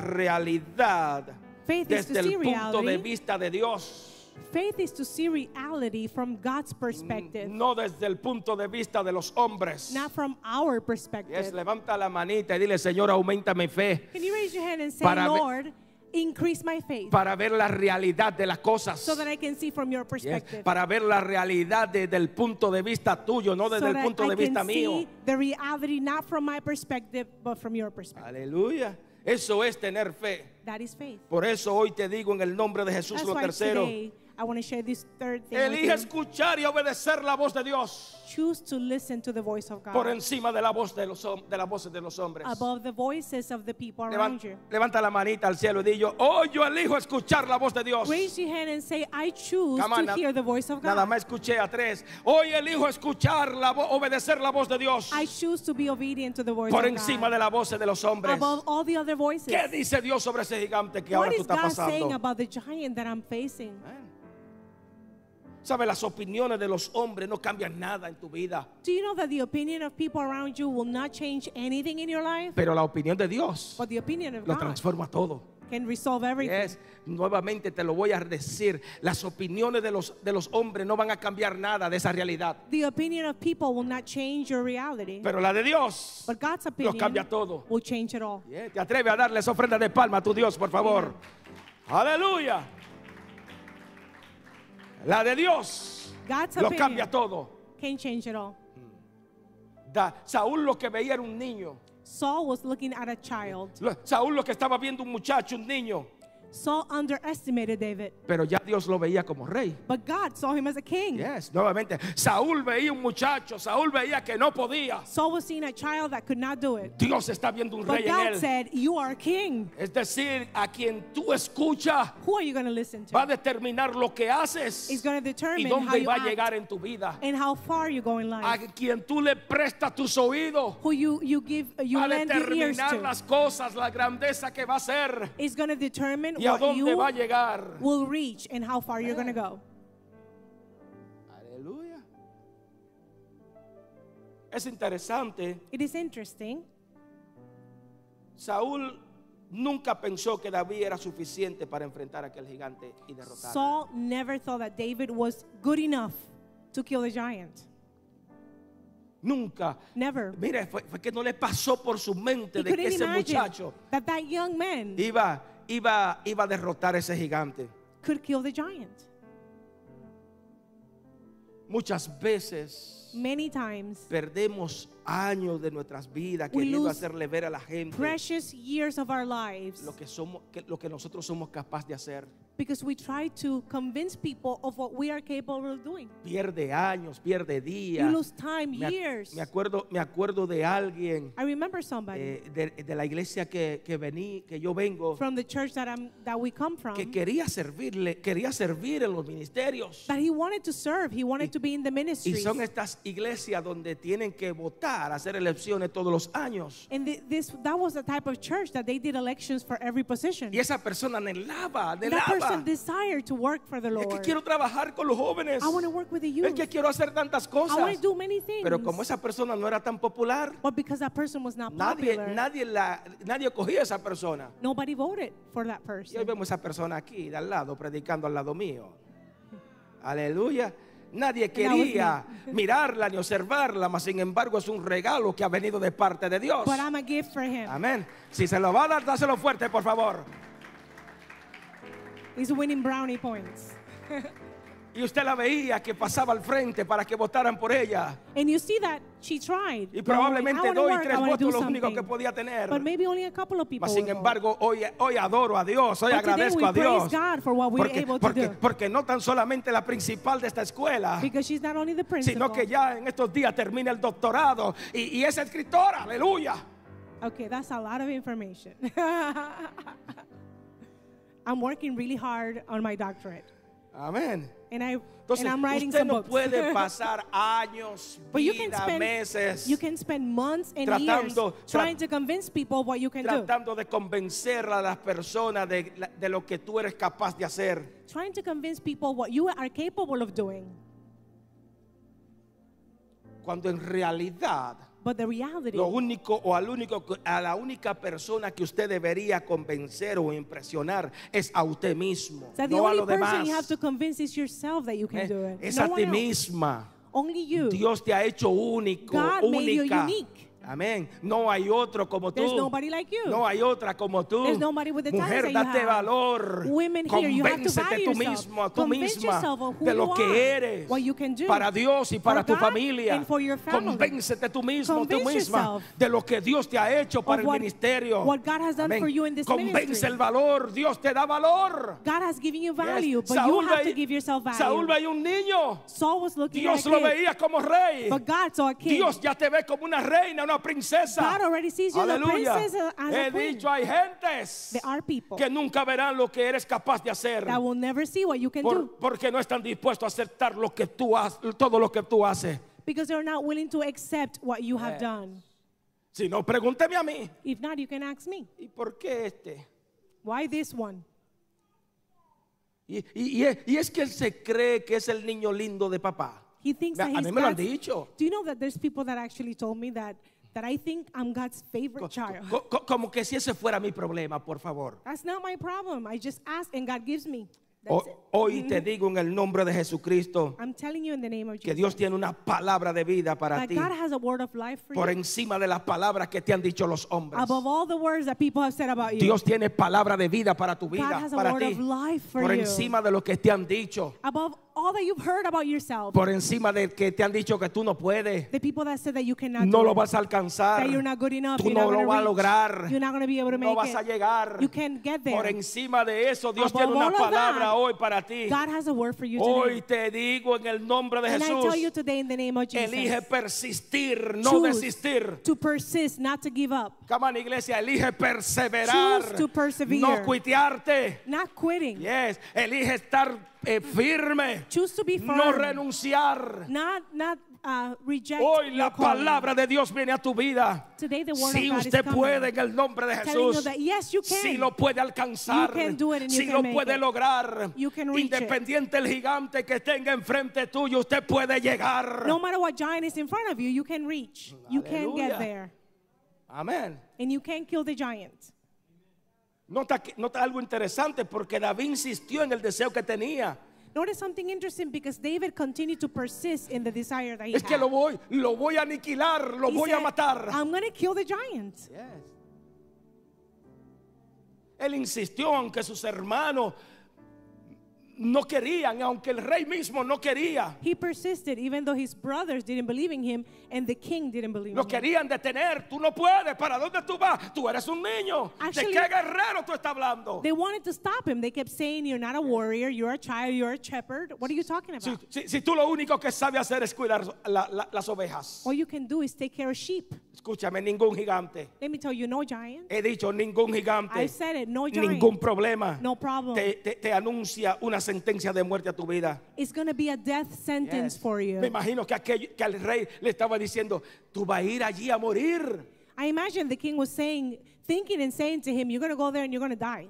[SPEAKER 1] realidad
[SPEAKER 2] Faith is to
[SPEAKER 1] desde el
[SPEAKER 2] see
[SPEAKER 1] punto de
[SPEAKER 2] reality.
[SPEAKER 1] vista de Dios,
[SPEAKER 2] Faith is to see reality from God's perspective,
[SPEAKER 1] no desde el punto de vista de los hombres.
[SPEAKER 2] not from our
[SPEAKER 1] Yes,
[SPEAKER 2] perspective.
[SPEAKER 1] levanta la manita y dile, Señor, aumenta mi fe
[SPEAKER 2] Can you raise your hand and say,
[SPEAKER 1] Para ver-
[SPEAKER 2] Lord, increase my faith
[SPEAKER 1] para ver la realidad de las cosas.
[SPEAKER 2] so that I can see from your
[SPEAKER 1] Yes,
[SPEAKER 2] perspective?
[SPEAKER 1] para ver la realidad desde el punto de vista tuyo, no
[SPEAKER 2] so
[SPEAKER 1] desde el
[SPEAKER 2] that
[SPEAKER 1] punto
[SPEAKER 2] I
[SPEAKER 1] de
[SPEAKER 2] can
[SPEAKER 1] vista
[SPEAKER 2] see
[SPEAKER 1] mío.
[SPEAKER 2] the reality not from my perspective, but from your perspective.
[SPEAKER 1] Aleluya. Eso es tener fe.
[SPEAKER 2] That is faith.
[SPEAKER 1] Por eso hoy te digo en el nombre de Jesús
[SPEAKER 2] That's
[SPEAKER 1] lo
[SPEAKER 2] why
[SPEAKER 1] tercero.
[SPEAKER 2] today I want to share this third thing. with
[SPEAKER 1] Elige
[SPEAKER 2] you.
[SPEAKER 1] escuchar y obedecer la voz de Dios
[SPEAKER 2] Choose to listen to the voice of God.
[SPEAKER 1] por encima de la voz de los hom- de las voces de los hombres.
[SPEAKER 2] above the voices of the people
[SPEAKER 1] Levan-
[SPEAKER 2] around you.
[SPEAKER 1] levanta la manita al cielo y di yo, hoy yo elijo escuchar la voz de Dios.
[SPEAKER 2] Raise your hand and say, I choose
[SPEAKER 1] Come on,
[SPEAKER 2] to
[SPEAKER 1] na-
[SPEAKER 2] hear the voice of
[SPEAKER 1] Nada
[SPEAKER 2] God.
[SPEAKER 1] más escuché a tres. Hoy elijo escuchar la vo- obedecer la voz de Dios
[SPEAKER 2] I choose to be obedient to the voice
[SPEAKER 1] por
[SPEAKER 2] of
[SPEAKER 1] encima de
[SPEAKER 2] God.
[SPEAKER 1] la voz de los hombres.
[SPEAKER 2] Above all the other voices.
[SPEAKER 1] ¿Qué dice Dios sobre ese gigante que ahora
[SPEAKER 2] what
[SPEAKER 1] tú
[SPEAKER 2] is
[SPEAKER 1] estás
[SPEAKER 2] God saying
[SPEAKER 1] pasando?
[SPEAKER 2] about the giant that I'm facing?
[SPEAKER 1] ¿Sabe? Las opiniones de los hombres no cambian nada en tu vida,
[SPEAKER 2] Do you know that the opinion of people around you will not change anything in your life?
[SPEAKER 1] pero la opinión de Dios
[SPEAKER 2] But the opinion of
[SPEAKER 1] lo
[SPEAKER 2] God
[SPEAKER 1] transforma todo.
[SPEAKER 2] can resolve everything.
[SPEAKER 1] Yes, Nuevamente te lo voy a decir. Las opiniones de los, de los hombres no van a cambiar nada de esa realidad.
[SPEAKER 2] The opinion of people will not change your reality.
[SPEAKER 1] Pero la de Dios.
[SPEAKER 2] but God's
[SPEAKER 1] lo
[SPEAKER 2] opinion
[SPEAKER 1] cambia todo.
[SPEAKER 2] will change it all.
[SPEAKER 1] Yes, Te atreves a darle esa ofrenda de palma a tu Dios, por favor. Aleluya. La de Dios
[SPEAKER 2] God's
[SPEAKER 1] lo
[SPEAKER 2] opinion
[SPEAKER 1] cambia todo.
[SPEAKER 2] can change it all.
[SPEAKER 1] Da- Saúl lo que veía era un niño.
[SPEAKER 2] Saul was looking at a child.
[SPEAKER 1] Lo- Saúl lo que estaba viendo un muchacho, un niño.
[SPEAKER 2] Saul underestimated David,
[SPEAKER 1] Pero ya Dios lo veía como rey.
[SPEAKER 2] but God saw him as a king.
[SPEAKER 1] Yes, nuevamente. Saúl veía un muchacho. Saúl veía que no podía.
[SPEAKER 2] Saul was seeing a child that could not do it.
[SPEAKER 1] Dios está viendo un
[SPEAKER 2] But
[SPEAKER 1] rey en
[SPEAKER 2] God
[SPEAKER 1] él.
[SPEAKER 2] said, You are a king.
[SPEAKER 1] Es decir, a quien tú escuchas
[SPEAKER 2] Who are you going to listen
[SPEAKER 1] va
[SPEAKER 2] to?
[SPEAKER 1] a determinar lo que
[SPEAKER 2] It's
[SPEAKER 1] haces
[SPEAKER 2] going to
[SPEAKER 1] y
[SPEAKER 2] determine how
[SPEAKER 1] dónde
[SPEAKER 2] you
[SPEAKER 1] va a
[SPEAKER 2] act
[SPEAKER 1] llegar en tu vida.
[SPEAKER 2] and how far you go in
[SPEAKER 1] A
[SPEAKER 2] life.
[SPEAKER 1] quien tú le prestas tus oídos
[SPEAKER 2] Who you, you give, uh, you
[SPEAKER 1] va a
[SPEAKER 2] lend your ears
[SPEAKER 1] determinar
[SPEAKER 2] to.
[SPEAKER 1] las cosas, la grandeza que va a ser
[SPEAKER 2] It's going to determine
[SPEAKER 1] y a
[SPEAKER 2] what
[SPEAKER 1] dónde va a
[SPEAKER 2] you
[SPEAKER 1] llegar.
[SPEAKER 2] will reach and how far you're going to go.
[SPEAKER 1] Aleluya. Es interesante,
[SPEAKER 2] It is interesting.
[SPEAKER 1] Saúl nunca pensó que David era suficiente para enfrentar a aquel gigante y derrotarlo.
[SPEAKER 2] Saul never thought that David was good enough to kill the giant.
[SPEAKER 1] Nunca.
[SPEAKER 2] Never.
[SPEAKER 1] Mire, fue, fue que no le pasó por su mente
[SPEAKER 2] He
[SPEAKER 1] de que
[SPEAKER 2] couldn't
[SPEAKER 1] ese
[SPEAKER 2] imagine
[SPEAKER 1] muchacho
[SPEAKER 2] that that young man
[SPEAKER 1] iba, iba, iba a derrotar a ese gigante.
[SPEAKER 2] could kill the giant.
[SPEAKER 1] Muchas veces
[SPEAKER 2] Many times,
[SPEAKER 1] perdemos años de nuestras vidas
[SPEAKER 2] We
[SPEAKER 1] queriendo
[SPEAKER 2] lose
[SPEAKER 1] hacerle ver a la gente
[SPEAKER 2] precious years of our lives,
[SPEAKER 1] lo que somos, que- lo que nosotros somos capaces de hacer.
[SPEAKER 2] because we try to convince people of what we are capable of doing.
[SPEAKER 1] Pierde años, pierde días.
[SPEAKER 2] You lose time,
[SPEAKER 1] Me, ac-
[SPEAKER 2] years.
[SPEAKER 1] me acuerdo, me acuerdo de alguien
[SPEAKER 2] I remember somebody
[SPEAKER 1] eh, de, de la iglesia que, que vení, que yo vengo,
[SPEAKER 2] from the church that I'm that we come from
[SPEAKER 1] que quería servirle, quería servir en los ministerios.
[SPEAKER 2] that he wanted to serve, he wanted
[SPEAKER 1] Y-
[SPEAKER 2] to be in the
[SPEAKER 1] Y
[SPEAKER 2] ministry.
[SPEAKER 1] son estas iglesias donde tienen que votar, hacer elecciones todos los años.
[SPEAKER 2] And thi- this that was the type of church that they did elections for every position.
[SPEAKER 1] Y esa persona anhelaba,
[SPEAKER 2] And that person
[SPEAKER 1] anhelaba.
[SPEAKER 2] desired to work for the
[SPEAKER 1] Es
[SPEAKER 2] Lord.
[SPEAKER 1] que quiero trabajar con los jóvenes.
[SPEAKER 2] I want to work with the
[SPEAKER 1] Es
[SPEAKER 2] youth.
[SPEAKER 1] que quiero hacer tantas cosas.
[SPEAKER 2] I want to do many things.
[SPEAKER 1] Pero como esa persona no era tan popular,
[SPEAKER 2] but because that person was not
[SPEAKER 1] nadie,
[SPEAKER 2] popular,
[SPEAKER 1] nadie, la, nadie cogía a esa persona.
[SPEAKER 2] nobody voted for
[SPEAKER 1] Y hoy
[SPEAKER 2] that person.
[SPEAKER 1] vemos a esa persona aquí, de al lado, predicando al lado mío. Aleluya. Nadie quería mirarla ni observarla, mas sin embargo es un regalo que ha venido de parte de Dios.
[SPEAKER 2] But I'm a gift for him.
[SPEAKER 1] Amén. Si se lo va a dar, dáselo fuerte, por favor.
[SPEAKER 2] He's winning brownie points.
[SPEAKER 1] Y usted la veía que pasaba al frente para que votaran por ella.
[SPEAKER 2] And you see that she tried.
[SPEAKER 1] Y
[SPEAKER 2] Don't worry, I
[SPEAKER 1] probablemente
[SPEAKER 2] wanna
[SPEAKER 1] dos y
[SPEAKER 2] work,
[SPEAKER 1] tres
[SPEAKER 2] I wanna do
[SPEAKER 1] votos lo único que
[SPEAKER 2] something.
[SPEAKER 1] podía tener.
[SPEAKER 2] But maybe only a couple of people.
[SPEAKER 1] Mas sin
[SPEAKER 2] will vote.
[SPEAKER 1] embargo, hoy, hoy adoro a Dios, hoy
[SPEAKER 2] Oh, But today
[SPEAKER 1] agradezco
[SPEAKER 2] we
[SPEAKER 1] a Dios.
[SPEAKER 2] praise God for what we're
[SPEAKER 1] porque,
[SPEAKER 2] able to
[SPEAKER 1] porque-
[SPEAKER 2] do.
[SPEAKER 1] porque no tan solamente la principal de esta escuela,
[SPEAKER 2] because she's not only the principal.
[SPEAKER 1] sino que ya en estos días termina el doctorado y, y es escritora, aleluya.
[SPEAKER 2] Okay, that's a lot of information. [laughs] I'm working really hard on my doctorate,
[SPEAKER 1] Amén.
[SPEAKER 2] and I
[SPEAKER 1] Entonces,
[SPEAKER 2] and I'm writing
[SPEAKER 1] usted
[SPEAKER 2] some
[SPEAKER 1] no
[SPEAKER 2] books. [laughs]
[SPEAKER 1] puede pasar años,
[SPEAKER 2] but you can
[SPEAKER 1] vida,
[SPEAKER 2] spend
[SPEAKER 1] meses,
[SPEAKER 2] you can spend months and
[SPEAKER 1] tratando-
[SPEAKER 2] years
[SPEAKER 1] tra-
[SPEAKER 2] trying to convince people what you can do,
[SPEAKER 1] tratando de convencer a las personas de, la- de lo que tú eres capaz de hacer.
[SPEAKER 2] trying to convince people what you are capable of doing.
[SPEAKER 1] Cuando en realidad,
[SPEAKER 2] But the reality,
[SPEAKER 1] lo único o al único, que- a la única persona que usted debería convencer o impresionar es a usted mismo,
[SPEAKER 2] is that the
[SPEAKER 1] no a
[SPEAKER 2] only
[SPEAKER 1] lo
[SPEAKER 2] person
[SPEAKER 1] demás.
[SPEAKER 2] you have to convince is yourself that you can
[SPEAKER 1] Eh,
[SPEAKER 2] do it.
[SPEAKER 1] Es
[SPEAKER 2] no
[SPEAKER 1] a
[SPEAKER 2] one
[SPEAKER 1] ti
[SPEAKER 2] else.
[SPEAKER 1] misma.
[SPEAKER 2] Only you.
[SPEAKER 1] Dios te ha hecho único,
[SPEAKER 2] God made you
[SPEAKER 1] única.
[SPEAKER 2] unique.
[SPEAKER 1] Amén. No hay otro como tú.
[SPEAKER 2] There's nobody like you.
[SPEAKER 1] No hay otra como tú.
[SPEAKER 2] There's nobody with the talents
[SPEAKER 1] Mujer,
[SPEAKER 2] that you
[SPEAKER 1] date
[SPEAKER 2] have.
[SPEAKER 1] valor.
[SPEAKER 2] Women here, you have to
[SPEAKER 1] Convéncete
[SPEAKER 2] value
[SPEAKER 1] tú
[SPEAKER 2] yourself.
[SPEAKER 1] mismo, a tú
[SPEAKER 2] Convince
[SPEAKER 1] misma
[SPEAKER 2] yourself of who
[SPEAKER 1] de lo
[SPEAKER 2] you
[SPEAKER 1] que
[SPEAKER 2] are,
[SPEAKER 1] eres
[SPEAKER 2] what you can do
[SPEAKER 1] para Dios y para
[SPEAKER 2] for
[SPEAKER 1] tu
[SPEAKER 2] God
[SPEAKER 1] familia.
[SPEAKER 2] and for your family.
[SPEAKER 1] Convéncete tú mismo, tú
[SPEAKER 2] Convince
[SPEAKER 1] misma
[SPEAKER 2] yourself
[SPEAKER 1] de lo que Dios te ha hecho para el
[SPEAKER 2] what-
[SPEAKER 1] ministerio.
[SPEAKER 2] what God has done
[SPEAKER 1] Amén.
[SPEAKER 2] for you in this
[SPEAKER 1] Convence
[SPEAKER 2] ministry.
[SPEAKER 1] el valor. Dios te da valor.
[SPEAKER 2] God has given you
[SPEAKER 1] Yes.
[SPEAKER 2] value, but
[SPEAKER 1] Saúl
[SPEAKER 2] you have
[SPEAKER 1] veía-
[SPEAKER 2] to give yourself value.
[SPEAKER 1] Saúl veía un niño.
[SPEAKER 2] Saul was looking
[SPEAKER 1] Dios
[SPEAKER 2] at a
[SPEAKER 1] lo
[SPEAKER 2] kid,
[SPEAKER 1] veía como rey.
[SPEAKER 2] but God saw a king.
[SPEAKER 1] Dios ya te ve como una reina, una princesa.
[SPEAKER 2] God already sees you as a
[SPEAKER 1] Aleluya.
[SPEAKER 2] princess, as a
[SPEAKER 1] He
[SPEAKER 2] queen.
[SPEAKER 1] dicho, hay gentes
[SPEAKER 2] There are people
[SPEAKER 1] que nunca verán lo que eres capaz de hacer.
[SPEAKER 2] that will never see what you can
[SPEAKER 1] por-
[SPEAKER 2] do
[SPEAKER 1] porque no están dispuestos a aceptar lo que tú has- todo lo que tú haces.
[SPEAKER 2] because they're not willing to accept what you have done.
[SPEAKER 1] Si no, pregúnteme a mí.
[SPEAKER 2] If not, you can ask me.
[SPEAKER 1] ¿Y por qué este?
[SPEAKER 2] Why this one?
[SPEAKER 1] Y, y- y es- y es que él se cree que es el niño lindo de papá.
[SPEAKER 2] He thinks
[SPEAKER 1] Me-
[SPEAKER 2] that
[SPEAKER 1] a
[SPEAKER 2] he's
[SPEAKER 1] mí me lo han
[SPEAKER 2] God's-
[SPEAKER 1] dicho.
[SPEAKER 2] Do you know that there's people that actually told me that that I think I'm God's favorite
[SPEAKER 1] Co-
[SPEAKER 2] child?
[SPEAKER 1] co- co- como que si ese fuera mi problema, por favor.
[SPEAKER 2] That's not my problem. I just ask and God gives me. That's it. Mm-hmm.
[SPEAKER 1] Ho- hoy te digo en el nombre de Jesucristo
[SPEAKER 2] I'm telling you in the name of
[SPEAKER 1] que
[SPEAKER 2] Jesus
[SPEAKER 1] Dios tiene una palabra de vida para
[SPEAKER 2] that
[SPEAKER 1] ti.
[SPEAKER 2] God has a word of life for
[SPEAKER 1] por
[SPEAKER 2] you
[SPEAKER 1] encima de las palabras que te han dicho los hombres.
[SPEAKER 2] above all the words that people have said about you.
[SPEAKER 1] Dios tiene palabra de vida para tu
[SPEAKER 2] God
[SPEAKER 1] vida,
[SPEAKER 2] has a
[SPEAKER 1] para
[SPEAKER 2] word
[SPEAKER 1] ti.
[SPEAKER 2] of life for
[SPEAKER 1] Por
[SPEAKER 2] you.
[SPEAKER 1] encima de lo que te han dicho,
[SPEAKER 2] above all that you've heard about yourself,
[SPEAKER 1] por encima de que te han dicho que tú no puedes,
[SPEAKER 2] the people that said that you cannot
[SPEAKER 1] no
[SPEAKER 2] do
[SPEAKER 1] lo
[SPEAKER 2] it,
[SPEAKER 1] vas a alcanzar,
[SPEAKER 2] that you're not good enough,
[SPEAKER 1] tú
[SPEAKER 2] you're
[SPEAKER 1] no
[SPEAKER 2] not
[SPEAKER 1] lo
[SPEAKER 2] gonna
[SPEAKER 1] vas a
[SPEAKER 2] reach,
[SPEAKER 1] lograr,
[SPEAKER 2] you're not going to be able to
[SPEAKER 1] no
[SPEAKER 2] make
[SPEAKER 1] vas
[SPEAKER 2] it.
[SPEAKER 1] a llegar.
[SPEAKER 2] You can't get there.
[SPEAKER 1] Por encima de eso, Dios
[SPEAKER 2] Above
[SPEAKER 1] tiene una
[SPEAKER 2] all of
[SPEAKER 1] palabra
[SPEAKER 2] that,
[SPEAKER 1] hoy para ti.
[SPEAKER 2] God has a word for you
[SPEAKER 1] Hoy
[SPEAKER 2] today.
[SPEAKER 1] te digo en el nombre de
[SPEAKER 2] And I tell you
[SPEAKER 1] Jesús,
[SPEAKER 2] today in the name of Jesus,
[SPEAKER 1] elige persistir, no
[SPEAKER 2] choose
[SPEAKER 1] desistir.
[SPEAKER 2] to persist, not to give up,
[SPEAKER 1] Come on, iglesia, elige perseverar,
[SPEAKER 2] Choose to persevere.
[SPEAKER 1] no cuitearte.
[SPEAKER 2] not quitting.
[SPEAKER 1] Yes, elige estar eh, firme,
[SPEAKER 2] Choose to be firm,
[SPEAKER 1] no renunciar.
[SPEAKER 2] not not uh, reject.
[SPEAKER 1] Hoy
[SPEAKER 2] your
[SPEAKER 1] la
[SPEAKER 2] calling.
[SPEAKER 1] palabra de Dios viene a tu vida.
[SPEAKER 2] Today the word
[SPEAKER 1] Si
[SPEAKER 2] of God
[SPEAKER 1] usted
[SPEAKER 2] is coming.
[SPEAKER 1] puede en el nombre de
[SPEAKER 2] telling you
[SPEAKER 1] Jesús,
[SPEAKER 2] that yes, you can.
[SPEAKER 1] si lo puede alcanzar,
[SPEAKER 2] You can do it and you
[SPEAKER 1] si
[SPEAKER 2] can
[SPEAKER 1] lo
[SPEAKER 2] make
[SPEAKER 1] puede
[SPEAKER 2] it.
[SPEAKER 1] lograr,
[SPEAKER 2] You can reach it.
[SPEAKER 1] independiente el gigante que tenga enfrente tuyo, usted puede llegar.
[SPEAKER 2] No matter what giant is in front of you, you can reach. You can
[SPEAKER 1] Hallelujah.
[SPEAKER 2] get there.
[SPEAKER 1] Amén.
[SPEAKER 2] And you can kill the giant.
[SPEAKER 1] Nota, que- nota algo interesante porque David insistió en el deseo que tenía.
[SPEAKER 2] Notice something interesting because David continued to persist in the desire that he
[SPEAKER 1] Es que
[SPEAKER 2] had.
[SPEAKER 1] lo voy, lo voy a aniquilar, lo
[SPEAKER 2] He
[SPEAKER 1] voy a
[SPEAKER 2] said,
[SPEAKER 1] matar.
[SPEAKER 2] I'm going to kill the giant.
[SPEAKER 1] Yes. Él insistió aunque sus hermanos no querían, aunque el rey mismo no quería.
[SPEAKER 2] He persisted even though his brothers didn't believe in him and the king didn't believe
[SPEAKER 1] Lo
[SPEAKER 2] in him.
[SPEAKER 1] querían detener. Tú no puedes. ¿Para dónde tú vas? Tú eres un niño.
[SPEAKER 2] Actually-
[SPEAKER 1] ¿De qué guerrero tú estás hablando?
[SPEAKER 2] They wanted to stop him. They kept saying, You're not a warrior, you're a child, you're a shepherd. What are you talking
[SPEAKER 1] Si,
[SPEAKER 2] about?
[SPEAKER 1] si- si tú lo único que sabes hacer es cuidar la- la- las ovejas.
[SPEAKER 2] All you can do is take care of sheep.
[SPEAKER 1] Escúchame, ningún gigante.
[SPEAKER 2] Let me tell you, no giant.
[SPEAKER 1] He dicho ningún gigante.
[SPEAKER 2] I said it, no giant.
[SPEAKER 1] Ningún problema.
[SPEAKER 2] No problem.
[SPEAKER 1] Te, te- te anuncia una sentencia de muerte a tu vida.
[SPEAKER 2] It's going to be a death sentence
[SPEAKER 1] Yes.
[SPEAKER 2] for
[SPEAKER 1] Me
[SPEAKER 2] you.
[SPEAKER 1] imagino que, aquel, que al rey le estaba diciendo, tú vas a ir allí a morir.
[SPEAKER 2] I imagine the king was saying, thinking and saying to him, You're going to go there and you're going to die.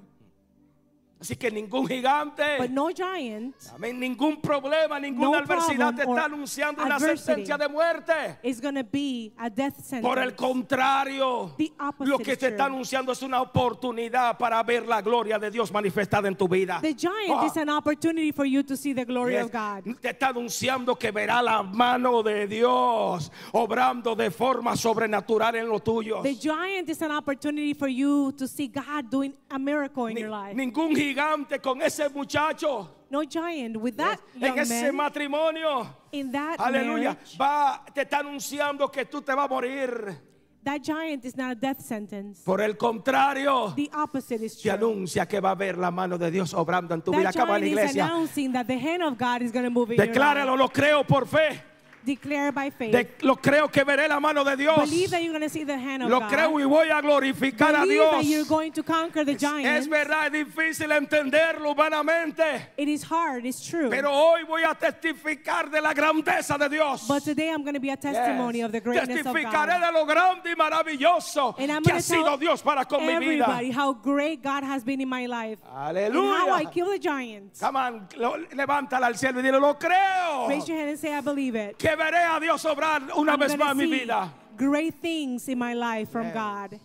[SPEAKER 1] Así que ningún gigante.
[SPEAKER 2] But no giant
[SPEAKER 1] Amén. Ningún problema, ninguna
[SPEAKER 2] No
[SPEAKER 1] adversidad te está
[SPEAKER 2] problem or
[SPEAKER 1] anunciando una
[SPEAKER 2] adversity.
[SPEAKER 1] sentencia de muerte.
[SPEAKER 2] is going to be a death sentence.
[SPEAKER 1] Por el contrario,
[SPEAKER 2] The opposite
[SPEAKER 1] lo que
[SPEAKER 2] is
[SPEAKER 1] te está
[SPEAKER 2] true.
[SPEAKER 1] anunciando es una oportunidad para ver la gloria de Dios manifestada en tu vida.
[SPEAKER 2] the giant
[SPEAKER 1] Ah,
[SPEAKER 2] is an opportunity for you to see the glory
[SPEAKER 1] yes.
[SPEAKER 2] of God.
[SPEAKER 1] Te está anunciando que verá la mano de Dios obrando de forma sobrenatural en lo tuyo.
[SPEAKER 2] The giant is an opportunity for you to see God doing a miracle in
[SPEAKER 1] Ni-
[SPEAKER 2] your life.
[SPEAKER 1] ningún gigante con ese muchacho,
[SPEAKER 2] no giant with that
[SPEAKER 1] en
[SPEAKER 2] young
[SPEAKER 1] ese
[SPEAKER 2] man
[SPEAKER 1] matrimonio.
[SPEAKER 2] in that
[SPEAKER 1] Aleluya.
[SPEAKER 2] marriage.
[SPEAKER 1] Va, te está anunciando que tú te vas a morir.
[SPEAKER 2] That giant is not a death sentence.
[SPEAKER 1] Por el contrario,
[SPEAKER 2] The opposite is
[SPEAKER 1] te
[SPEAKER 2] true.
[SPEAKER 1] anuncia que va a haber la mano de Dios obrando en tu vida.
[SPEAKER 2] That
[SPEAKER 1] Acaba
[SPEAKER 2] giant
[SPEAKER 1] la
[SPEAKER 2] is
[SPEAKER 1] iglesia.
[SPEAKER 2] announcing that the hand of God is going to move in your
[SPEAKER 1] Decláralo,
[SPEAKER 2] life.
[SPEAKER 1] lo creo por fe.
[SPEAKER 2] Declare by faith.
[SPEAKER 1] De- lo creo que veré la mano de Dios.
[SPEAKER 2] Believe that you're going to see the hand of
[SPEAKER 1] Lo
[SPEAKER 2] God.
[SPEAKER 1] creo y voy a glorificar a
[SPEAKER 2] Believe that you're
[SPEAKER 1] Dios.
[SPEAKER 2] going to conquer the giant.
[SPEAKER 1] Es verdad, es difícil entenderlo humanamente.
[SPEAKER 2] It is hard, it's true.
[SPEAKER 1] Pero hoy voy a testificar de la grandeza de Dios.
[SPEAKER 2] but today I'm going to be a testimony
[SPEAKER 1] Yes.
[SPEAKER 2] of the greatness of
[SPEAKER 1] Testificaré
[SPEAKER 2] God.
[SPEAKER 1] de lo grande y maravilloso
[SPEAKER 2] And I'm
[SPEAKER 1] que
[SPEAKER 2] gonna
[SPEAKER 1] ha sido
[SPEAKER 2] tell
[SPEAKER 1] Dios para con mi vida.
[SPEAKER 2] everybody how great God has been in my life. And how I
[SPEAKER 1] Aleluya.
[SPEAKER 2] kill the giant.
[SPEAKER 1] Come on, lo- levántala al cielo y dile, lo creo.
[SPEAKER 2] Raise your hand and say, I believe it.
[SPEAKER 1] Que veré a Dios obrar una
[SPEAKER 2] I'm
[SPEAKER 1] vez
[SPEAKER 2] gonna
[SPEAKER 1] más mi
[SPEAKER 2] see
[SPEAKER 1] vida.
[SPEAKER 2] Great things in my life from
[SPEAKER 1] Yes.
[SPEAKER 2] God.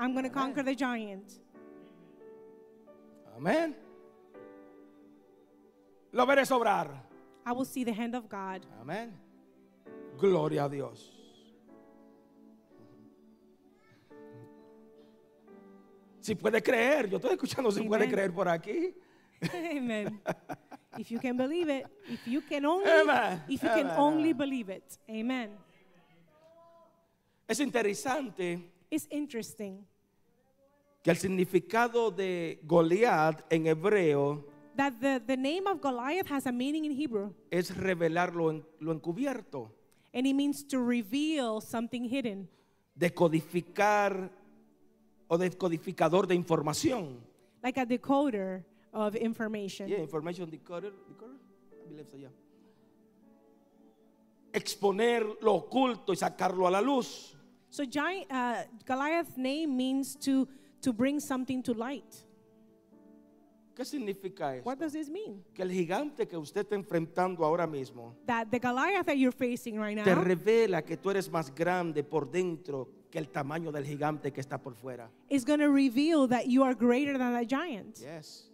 [SPEAKER 2] I'm going to conquer the giant.
[SPEAKER 1] Amén. Lo veré sobrar.
[SPEAKER 2] I will see the hand of God. [laughs]
[SPEAKER 1] Amén. Gloria a Dios. Si puede creer, yo estoy escuchando si puede
[SPEAKER 2] Amén.
[SPEAKER 1] creer por aquí.
[SPEAKER 2] Amen. if you can believe it, if you can only,
[SPEAKER 1] Amen.
[SPEAKER 2] if you can
[SPEAKER 1] Amen.
[SPEAKER 2] only believe it, Amen.
[SPEAKER 1] Es interesante
[SPEAKER 2] It's interesting
[SPEAKER 1] que el significado de Goliat en hebreo
[SPEAKER 2] that the, the name of Goliath has a meaning in Hebrew,
[SPEAKER 1] es revelar lo, en- lo encubierto,
[SPEAKER 2] and it means to reveal something hidden,
[SPEAKER 1] decodificar o descodificador de información.
[SPEAKER 2] like a decoder of information.
[SPEAKER 1] Yeah, information decoder, decoder? I believe so, yeah. Exponer lo oculto y sacarlo a la luz.
[SPEAKER 2] So giant, uh, Goliath's name means to to bring something to light.
[SPEAKER 1] ¿Qué significa eso?
[SPEAKER 2] What does this mean?
[SPEAKER 1] Que el gigante que usted está enfrentando ahora mismo
[SPEAKER 2] That the Goliath that you're facing right
[SPEAKER 1] te
[SPEAKER 2] now
[SPEAKER 1] revela que tú eres más grande por dentro que el tamaño del gigante que está por fuera.
[SPEAKER 2] is going to reveal that you are greater than that giant.
[SPEAKER 1] Yes.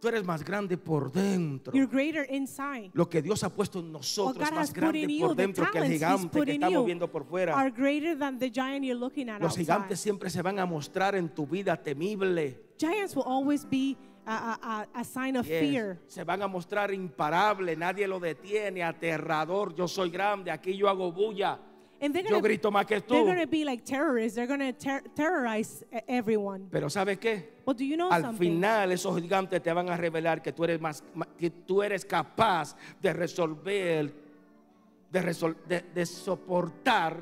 [SPEAKER 1] Tú eres más grande por dentro.
[SPEAKER 2] You're greater inside.
[SPEAKER 1] Lo que Dios ha puesto en
[SPEAKER 2] What
[SPEAKER 1] nosotros
[SPEAKER 2] God
[SPEAKER 1] es más
[SPEAKER 2] has put in
[SPEAKER 1] grande
[SPEAKER 2] you,
[SPEAKER 1] por
[SPEAKER 2] the
[SPEAKER 1] dentro que el
[SPEAKER 2] talents He's
[SPEAKER 1] gigante
[SPEAKER 2] put
[SPEAKER 1] que
[SPEAKER 2] in
[SPEAKER 1] estamos
[SPEAKER 2] you
[SPEAKER 1] viendo por
[SPEAKER 2] are
[SPEAKER 1] fuera.
[SPEAKER 2] greater than the giant you're looking at
[SPEAKER 1] Los
[SPEAKER 2] outside.
[SPEAKER 1] gigantes siempre se van a mostrar en tu vida temible.
[SPEAKER 2] Giants will always be a, a, a, a sign of
[SPEAKER 1] Yes.
[SPEAKER 2] fear.
[SPEAKER 1] Se van a mostrar imparable, nadie lo detiene, aterrador. Yo soy grande, aquí yo hago bulla.
[SPEAKER 2] And they're
[SPEAKER 1] Yo
[SPEAKER 2] going
[SPEAKER 1] grito más que tú.
[SPEAKER 2] to be like terrorists. They're going to ter- terrorize e- everyone.
[SPEAKER 1] Pero ¿sabes qué?
[SPEAKER 2] But do you know
[SPEAKER 1] Al
[SPEAKER 2] something?
[SPEAKER 1] final esos gigantes te van a revelar que tú eres más ma- que tú eres capaz de resolver de, resol- de- de soportar.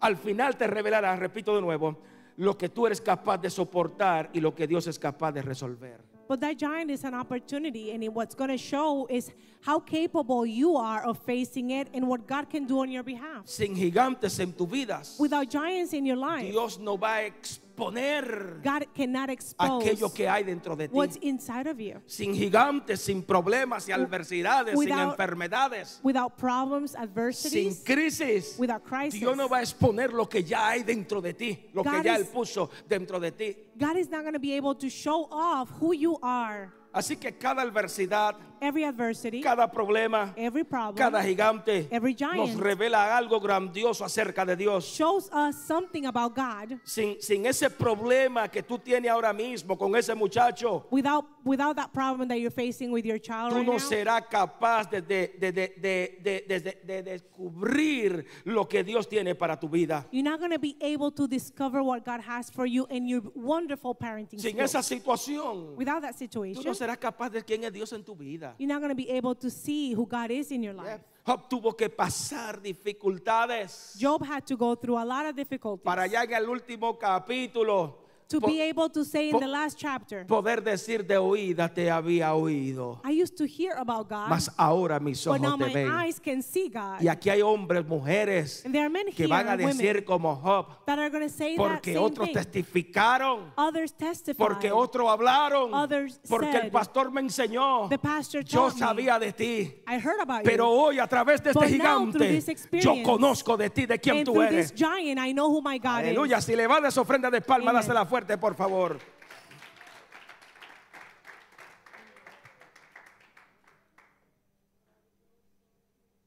[SPEAKER 1] Al final te revelará, repito de nuevo, lo que tú eres capaz de soportar y lo que Dios es capaz de resolver.
[SPEAKER 2] But that giant is an opportunity, and it- what's going to show is how capable you are of facing it and what God can do on your behalf.
[SPEAKER 1] Sin gigantes en tu vida,
[SPEAKER 2] Without giants in your life,
[SPEAKER 1] Dios no va a exponer
[SPEAKER 2] God cannot
[SPEAKER 1] aquello
[SPEAKER 2] expose
[SPEAKER 1] que hay dentro de ti.
[SPEAKER 2] what's inside of you.
[SPEAKER 1] Sin gigantes, sin problemas y adversidades, sin
[SPEAKER 2] Without-
[SPEAKER 1] enfermedades,
[SPEAKER 2] Without problems,
[SPEAKER 1] sin
[SPEAKER 2] adversities,
[SPEAKER 1] crisis.
[SPEAKER 2] without crisis.
[SPEAKER 1] Dios no va a exponer lo que ya hay dentro de ti, lo que
[SPEAKER 2] God
[SPEAKER 1] ya
[SPEAKER 2] is-
[SPEAKER 1] Él puso dentro de ti.
[SPEAKER 2] God is not going to be able to show off who you are.
[SPEAKER 1] Así que cada adversidad,
[SPEAKER 2] Every adversity,
[SPEAKER 1] cada problema,
[SPEAKER 2] every problem
[SPEAKER 1] cada gigante
[SPEAKER 2] Every giant.
[SPEAKER 1] nos revela algo grandioso acerca de Dios.
[SPEAKER 2] shows us something about God.
[SPEAKER 1] Sin, sin ese problema que tú tienes ahora mismo con ese muchacho,
[SPEAKER 2] Without without that problem that you're facing with your child
[SPEAKER 1] Tú
[SPEAKER 2] right
[SPEAKER 1] no
[SPEAKER 2] now,
[SPEAKER 1] serás capaz de, de- de- de- de- de- de- de- de descubrir lo que Dios tiene para tu vida.
[SPEAKER 2] you're not going to be able to discover what God has for you and your wonderful parenting
[SPEAKER 1] Sin
[SPEAKER 2] skills.
[SPEAKER 1] esa situación,
[SPEAKER 2] Without that
[SPEAKER 1] tú
[SPEAKER 2] situation,
[SPEAKER 1] no serás capaz de quién es Dios en tu vida.
[SPEAKER 2] you're not going to be able to see who God is in your life.
[SPEAKER 1] Yeah. Job tuvo que pasar dificultades
[SPEAKER 2] Job had to go through a lot of difficulties
[SPEAKER 1] para allá en el último capítulo
[SPEAKER 2] to
[SPEAKER 1] po-
[SPEAKER 2] be able to say in
[SPEAKER 1] po-
[SPEAKER 2] the last chapter,
[SPEAKER 1] poder decir de oída te había oído,
[SPEAKER 2] I used to hear about God,
[SPEAKER 1] mas ahora mis
[SPEAKER 2] Ah. but now
[SPEAKER 1] ojos te
[SPEAKER 2] my
[SPEAKER 1] ven.
[SPEAKER 2] eyes can see God.
[SPEAKER 1] Y aquí hay hombres, mujeres
[SPEAKER 2] And there are men
[SPEAKER 1] que
[SPEAKER 2] here,
[SPEAKER 1] van a
[SPEAKER 2] women,
[SPEAKER 1] decir como Job,
[SPEAKER 2] that are going to say that
[SPEAKER 1] porque
[SPEAKER 2] same
[SPEAKER 1] otros
[SPEAKER 2] thing.
[SPEAKER 1] testificaron,
[SPEAKER 2] Others testify.
[SPEAKER 1] porque otros hablaron,
[SPEAKER 2] Others
[SPEAKER 1] porque el
[SPEAKER 2] said,
[SPEAKER 1] pastor me enseñó,
[SPEAKER 2] the pastor
[SPEAKER 1] yo
[SPEAKER 2] taught me,
[SPEAKER 1] sabía de ti.
[SPEAKER 2] I heard about
[SPEAKER 1] Pero
[SPEAKER 2] you.
[SPEAKER 1] hoy a través de este
[SPEAKER 2] But now, through
[SPEAKER 1] gigante
[SPEAKER 2] this
[SPEAKER 1] yo
[SPEAKER 2] experience,
[SPEAKER 1] conozco de ti, de quién
[SPEAKER 2] and
[SPEAKER 1] tú
[SPEAKER 2] through
[SPEAKER 1] eres.
[SPEAKER 2] this giant, I know who my God
[SPEAKER 1] Aleluya,
[SPEAKER 2] is.
[SPEAKER 1] si le va a esa ofrenda de palma,
[SPEAKER 2] Amen.
[SPEAKER 1] dásela fuerte, por favor.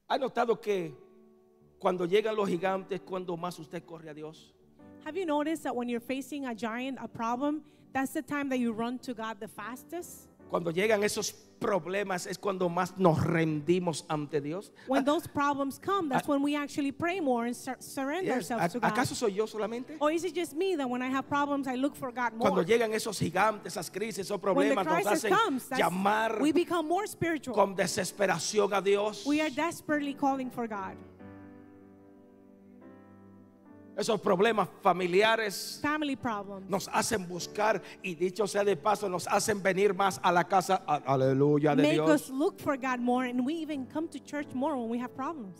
[SPEAKER 1] ¿Ha notado que cuando llegan los gigantes, cuando más usted corre a Dios?
[SPEAKER 2] Have you noticed that when you're facing a giant, a problem, that's the time that you run to God the fastest?
[SPEAKER 1] Cuando llegan esos problemas es cuando más nos rendimos ante Dios.
[SPEAKER 2] When those problems come, that's when we actually pray more and sur- surrender
[SPEAKER 1] Yes,
[SPEAKER 2] ourselves to
[SPEAKER 1] ¿a-
[SPEAKER 2] God.
[SPEAKER 1] ¿Acaso soy yo solamente?
[SPEAKER 2] Or is it just me that when I have problems, I look for God more?
[SPEAKER 1] Cuando llegan esos gigantes, esas crisis, esos
[SPEAKER 2] when the
[SPEAKER 1] problemas, nos
[SPEAKER 2] crisis
[SPEAKER 1] hacen
[SPEAKER 2] comes, that's-
[SPEAKER 1] llamar
[SPEAKER 2] we become more spiritual.
[SPEAKER 1] con desesperación a Dios.
[SPEAKER 2] we are desperately calling for God.
[SPEAKER 1] Esos problemas familiares
[SPEAKER 2] Family problems.
[SPEAKER 1] nos hacen buscar y dicho sea de paso, nos hacen venir más a la casa, a- aleluya de
[SPEAKER 2] make us
[SPEAKER 1] Dios.
[SPEAKER 2] look for God more, and we even come to church more when we have problems.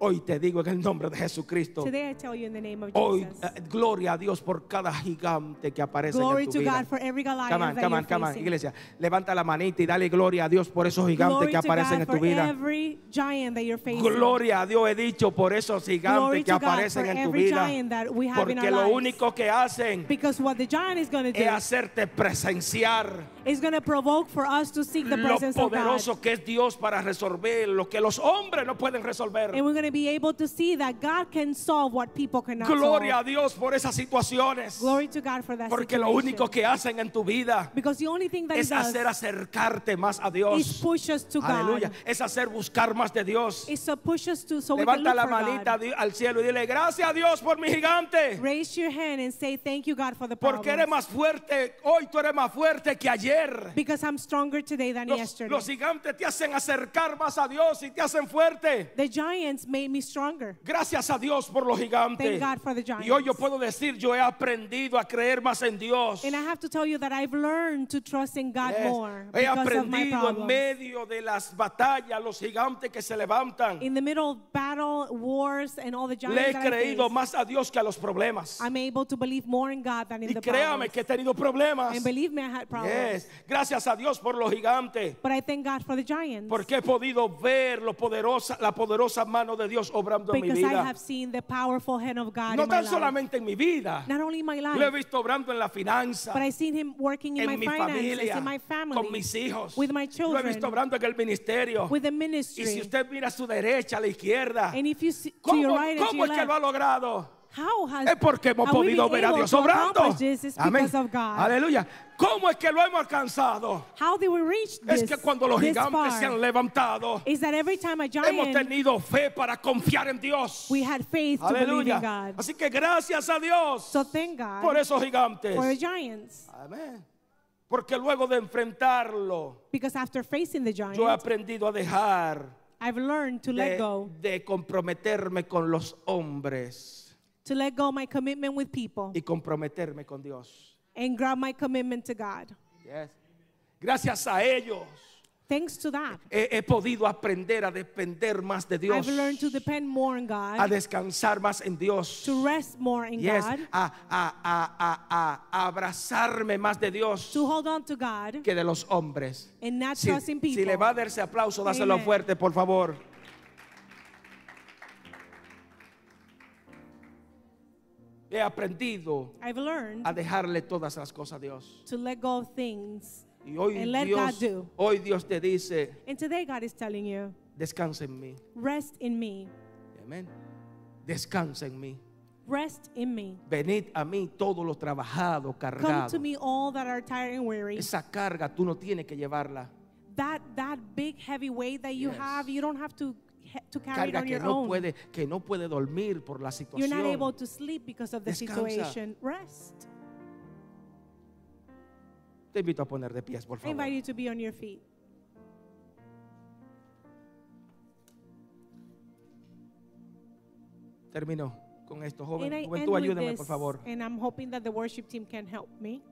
[SPEAKER 1] Hoy te digo en el nombre de Jesucristo,
[SPEAKER 2] Today, I tell you in the name of
[SPEAKER 1] hoy
[SPEAKER 2] Jesus.
[SPEAKER 1] eh, gloria a Dios por cada gigante que aparece
[SPEAKER 2] Glory
[SPEAKER 1] en tu
[SPEAKER 2] to
[SPEAKER 1] vida.
[SPEAKER 2] God for every Goliath
[SPEAKER 1] Come on,
[SPEAKER 2] that
[SPEAKER 1] come
[SPEAKER 2] you're
[SPEAKER 1] on, come on,
[SPEAKER 2] facing.
[SPEAKER 1] iglesia. Levanta la manita y dale gloria a Dios por esos gigantes
[SPEAKER 2] Glory
[SPEAKER 1] que
[SPEAKER 2] to God
[SPEAKER 1] aparecen en tu
[SPEAKER 2] for
[SPEAKER 1] vida.
[SPEAKER 2] every giant that you're facing.
[SPEAKER 1] Gloria a Dios, he dicho, por esos
[SPEAKER 2] Glory
[SPEAKER 1] gigantes que
[SPEAKER 2] to God
[SPEAKER 1] aparecen
[SPEAKER 2] for
[SPEAKER 1] en tu
[SPEAKER 2] every
[SPEAKER 1] vida.
[SPEAKER 2] giant that we have in
[SPEAKER 1] Porque
[SPEAKER 2] our
[SPEAKER 1] lo
[SPEAKER 2] lives.
[SPEAKER 1] único que hacen
[SPEAKER 2] Because what the giant is going to
[SPEAKER 1] es
[SPEAKER 2] do
[SPEAKER 1] hacerte presenciar
[SPEAKER 2] is going to provoke for us to seek the
[SPEAKER 1] lo
[SPEAKER 2] presence of God.
[SPEAKER 1] poderoso que es Dios para resolver lo que los hombres no pueden resolver.
[SPEAKER 2] And we're going to be able to see that God can solve what people cannot
[SPEAKER 1] Gloria a
[SPEAKER 2] solve.
[SPEAKER 1] Dios por esas situaciones.
[SPEAKER 2] Glory to God for that
[SPEAKER 1] Porque lo
[SPEAKER 2] situation.
[SPEAKER 1] único que hacen en tu vida
[SPEAKER 2] Because the only thing that
[SPEAKER 1] es
[SPEAKER 2] He does
[SPEAKER 1] hacer acercarte más a
[SPEAKER 2] is
[SPEAKER 1] Dios.
[SPEAKER 2] push us to
[SPEAKER 1] Aleluya.
[SPEAKER 2] God.
[SPEAKER 1] Es hacer buscar más de Dios.
[SPEAKER 2] It's to push us to so we
[SPEAKER 1] Levanta
[SPEAKER 2] can
[SPEAKER 1] la
[SPEAKER 2] look for
[SPEAKER 1] manita
[SPEAKER 2] God.
[SPEAKER 1] di- al cielo y dile gracias a Dios por mi gigante.
[SPEAKER 2] Raise your hand and say thank you God for the
[SPEAKER 1] Porque
[SPEAKER 2] problems.
[SPEAKER 1] eres más fuerte. Hoy tú eres más fuerte que ayer.
[SPEAKER 2] Because I'm stronger today than
[SPEAKER 1] Los,
[SPEAKER 2] yesterday.
[SPEAKER 1] los gigantes te hacen acercar más a Dios y te hacen fuerte.
[SPEAKER 2] the giants made me stronger.
[SPEAKER 1] Gracias a Dios por los gigantes.
[SPEAKER 2] Thank God for the giants.
[SPEAKER 1] Y hoy yo puedo decir, yo he aprendido a creer más en Dios.
[SPEAKER 2] And I have to tell you that I've learned to trust in God
[SPEAKER 1] Yes.
[SPEAKER 2] more
[SPEAKER 1] He
[SPEAKER 2] because of my
[SPEAKER 1] aprendido en
[SPEAKER 2] problems.
[SPEAKER 1] medio de las batallas, los gigantes que se levantan.
[SPEAKER 2] in the middle of battle, wars, and all the giants
[SPEAKER 1] Le he
[SPEAKER 2] that I
[SPEAKER 1] creído
[SPEAKER 2] face,
[SPEAKER 1] más a Dios que a los problemas.
[SPEAKER 2] I'm able to believe more in God than in
[SPEAKER 1] Y
[SPEAKER 2] the
[SPEAKER 1] créame
[SPEAKER 2] problemas.
[SPEAKER 1] que he tenido problemas.
[SPEAKER 2] And believe me, I had problems.
[SPEAKER 1] Yes. Gracias a Dios por los gigantes.
[SPEAKER 2] But I thank God for the giants.
[SPEAKER 1] Porque he podido ver lo poderosa, la poderosa mano de Dios obrando en mi
[SPEAKER 2] because I
[SPEAKER 1] vida.
[SPEAKER 2] have seen the powerful hand of God
[SPEAKER 1] No
[SPEAKER 2] in my
[SPEAKER 1] tan
[SPEAKER 2] life.
[SPEAKER 1] solamente en mi vida.
[SPEAKER 2] Not only in my life,
[SPEAKER 1] Lo he visto obrando en la finanza,
[SPEAKER 2] but I seen him working in
[SPEAKER 1] en mi
[SPEAKER 2] my finances,
[SPEAKER 1] familia,
[SPEAKER 2] in my family,
[SPEAKER 1] con mis hijos.
[SPEAKER 2] with my
[SPEAKER 1] Lo he
[SPEAKER 2] children,
[SPEAKER 1] visto obrando en el ministerio.
[SPEAKER 2] with the
[SPEAKER 1] Y
[SPEAKER 2] ministry.
[SPEAKER 1] si usted mira a su derecha, a la izquierda,
[SPEAKER 2] and if you see to your
[SPEAKER 1] ¿cómo,
[SPEAKER 2] right and to
[SPEAKER 1] cómo
[SPEAKER 2] your
[SPEAKER 1] es que
[SPEAKER 2] left,
[SPEAKER 1] lo ha logrado?
[SPEAKER 2] how has
[SPEAKER 1] Es porque hemos
[SPEAKER 2] have we
[SPEAKER 1] podido
[SPEAKER 2] been
[SPEAKER 1] ver a
[SPEAKER 2] able
[SPEAKER 1] Dios
[SPEAKER 2] to
[SPEAKER 1] obrando.
[SPEAKER 2] accomplish This is
[SPEAKER 1] Amén.
[SPEAKER 2] because of God.
[SPEAKER 1] Aleluya. ¿Cómo es que lo hemos alcanzado?
[SPEAKER 2] How did we reach this?
[SPEAKER 1] Es que cuando los
[SPEAKER 2] this
[SPEAKER 1] gigantes
[SPEAKER 2] far,
[SPEAKER 1] se han levantado,
[SPEAKER 2] is that every time a
[SPEAKER 1] hemos
[SPEAKER 2] giant,
[SPEAKER 1] tenido fe para confiar en Dios.
[SPEAKER 2] we had faith to believe in
[SPEAKER 1] Aleluya.
[SPEAKER 2] God.
[SPEAKER 1] Así que gracias a Dios
[SPEAKER 2] So thank God
[SPEAKER 1] por esos
[SPEAKER 2] for the
[SPEAKER 1] gigantes.
[SPEAKER 2] giants.
[SPEAKER 1] Amén. Porque luego de enfrentarlo,
[SPEAKER 2] Because after facing the
[SPEAKER 1] yo he
[SPEAKER 2] giant,
[SPEAKER 1] aprendido a dejar
[SPEAKER 2] I've learned to let
[SPEAKER 1] de,
[SPEAKER 2] go,
[SPEAKER 1] de comprometerme con los hombres
[SPEAKER 2] to let go my commitment with people
[SPEAKER 1] y comprometerme con Dios.
[SPEAKER 2] and grab my commitment to God.
[SPEAKER 1] Yes. Gracias a ellos
[SPEAKER 2] Thanks to that,
[SPEAKER 1] he, he podido aprender a depender más de Dios,
[SPEAKER 2] I've learned to depend more on
[SPEAKER 1] a
[SPEAKER 2] God,
[SPEAKER 1] descansar más en Dios.
[SPEAKER 2] to rest more in
[SPEAKER 1] Yes,
[SPEAKER 2] God,
[SPEAKER 1] a, a- a- a- a abrazarme más de Dios
[SPEAKER 2] to hold on to God
[SPEAKER 1] que de los hombres.
[SPEAKER 2] and not
[SPEAKER 1] Si,
[SPEAKER 2] trust in people.
[SPEAKER 1] si le va a dar ese aplauso, dáselo
[SPEAKER 2] Amen.
[SPEAKER 1] fuerte, por favor. He aprendido
[SPEAKER 2] I've learned
[SPEAKER 1] a dejarle todas las cosas a Dios.
[SPEAKER 2] to let go of things.
[SPEAKER 1] Y hoy
[SPEAKER 2] And let
[SPEAKER 1] Dios,
[SPEAKER 2] God do.
[SPEAKER 1] hoy Dios te dice,
[SPEAKER 2] And today God is telling you,
[SPEAKER 1] descansa en mí.
[SPEAKER 2] rest in me.
[SPEAKER 1] Amén. Descansa en mí.
[SPEAKER 2] Rest in me.
[SPEAKER 1] Venid a mí todos los trabajados,
[SPEAKER 2] Come
[SPEAKER 1] cargados.
[SPEAKER 2] to me all that are tired and weary.
[SPEAKER 1] Esa carga tú no tienes que llevarla.
[SPEAKER 2] That that big heavy weight that you
[SPEAKER 1] Yes.
[SPEAKER 2] have, you don't have to he- to carry it
[SPEAKER 1] Carga
[SPEAKER 2] on
[SPEAKER 1] que
[SPEAKER 2] your
[SPEAKER 1] no
[SPEAKER 2] own.
[SPEAKER 1] puede, que no puede dormir por la
[SPEAKER 2] You're not able
[SPEAKER 1] situación.
[SPEAKER 2] to sleep because of the
[SPEAKER 1] Descansa.
[SPEAKER 2] situation. Rest.
[SPEAKER 1] Te invito a poner de pies, por
[SPEAKER 2] I invite
[SPEAKER 1] favor.
[SPEAKER 2] you to be on your feet.
[SPEAKER 1] Termino con esto, joven.
[SPEAKER 2] And I end
[SPEAKER 1] Juventud,
[SPEAKER 2] with
[SPEAKER 1] ayúdame, por
[SPEAKER 2] this,
[SPEAKER 1] favor.
[SPEAKER 2] And I'm hoping that the worship team can help me.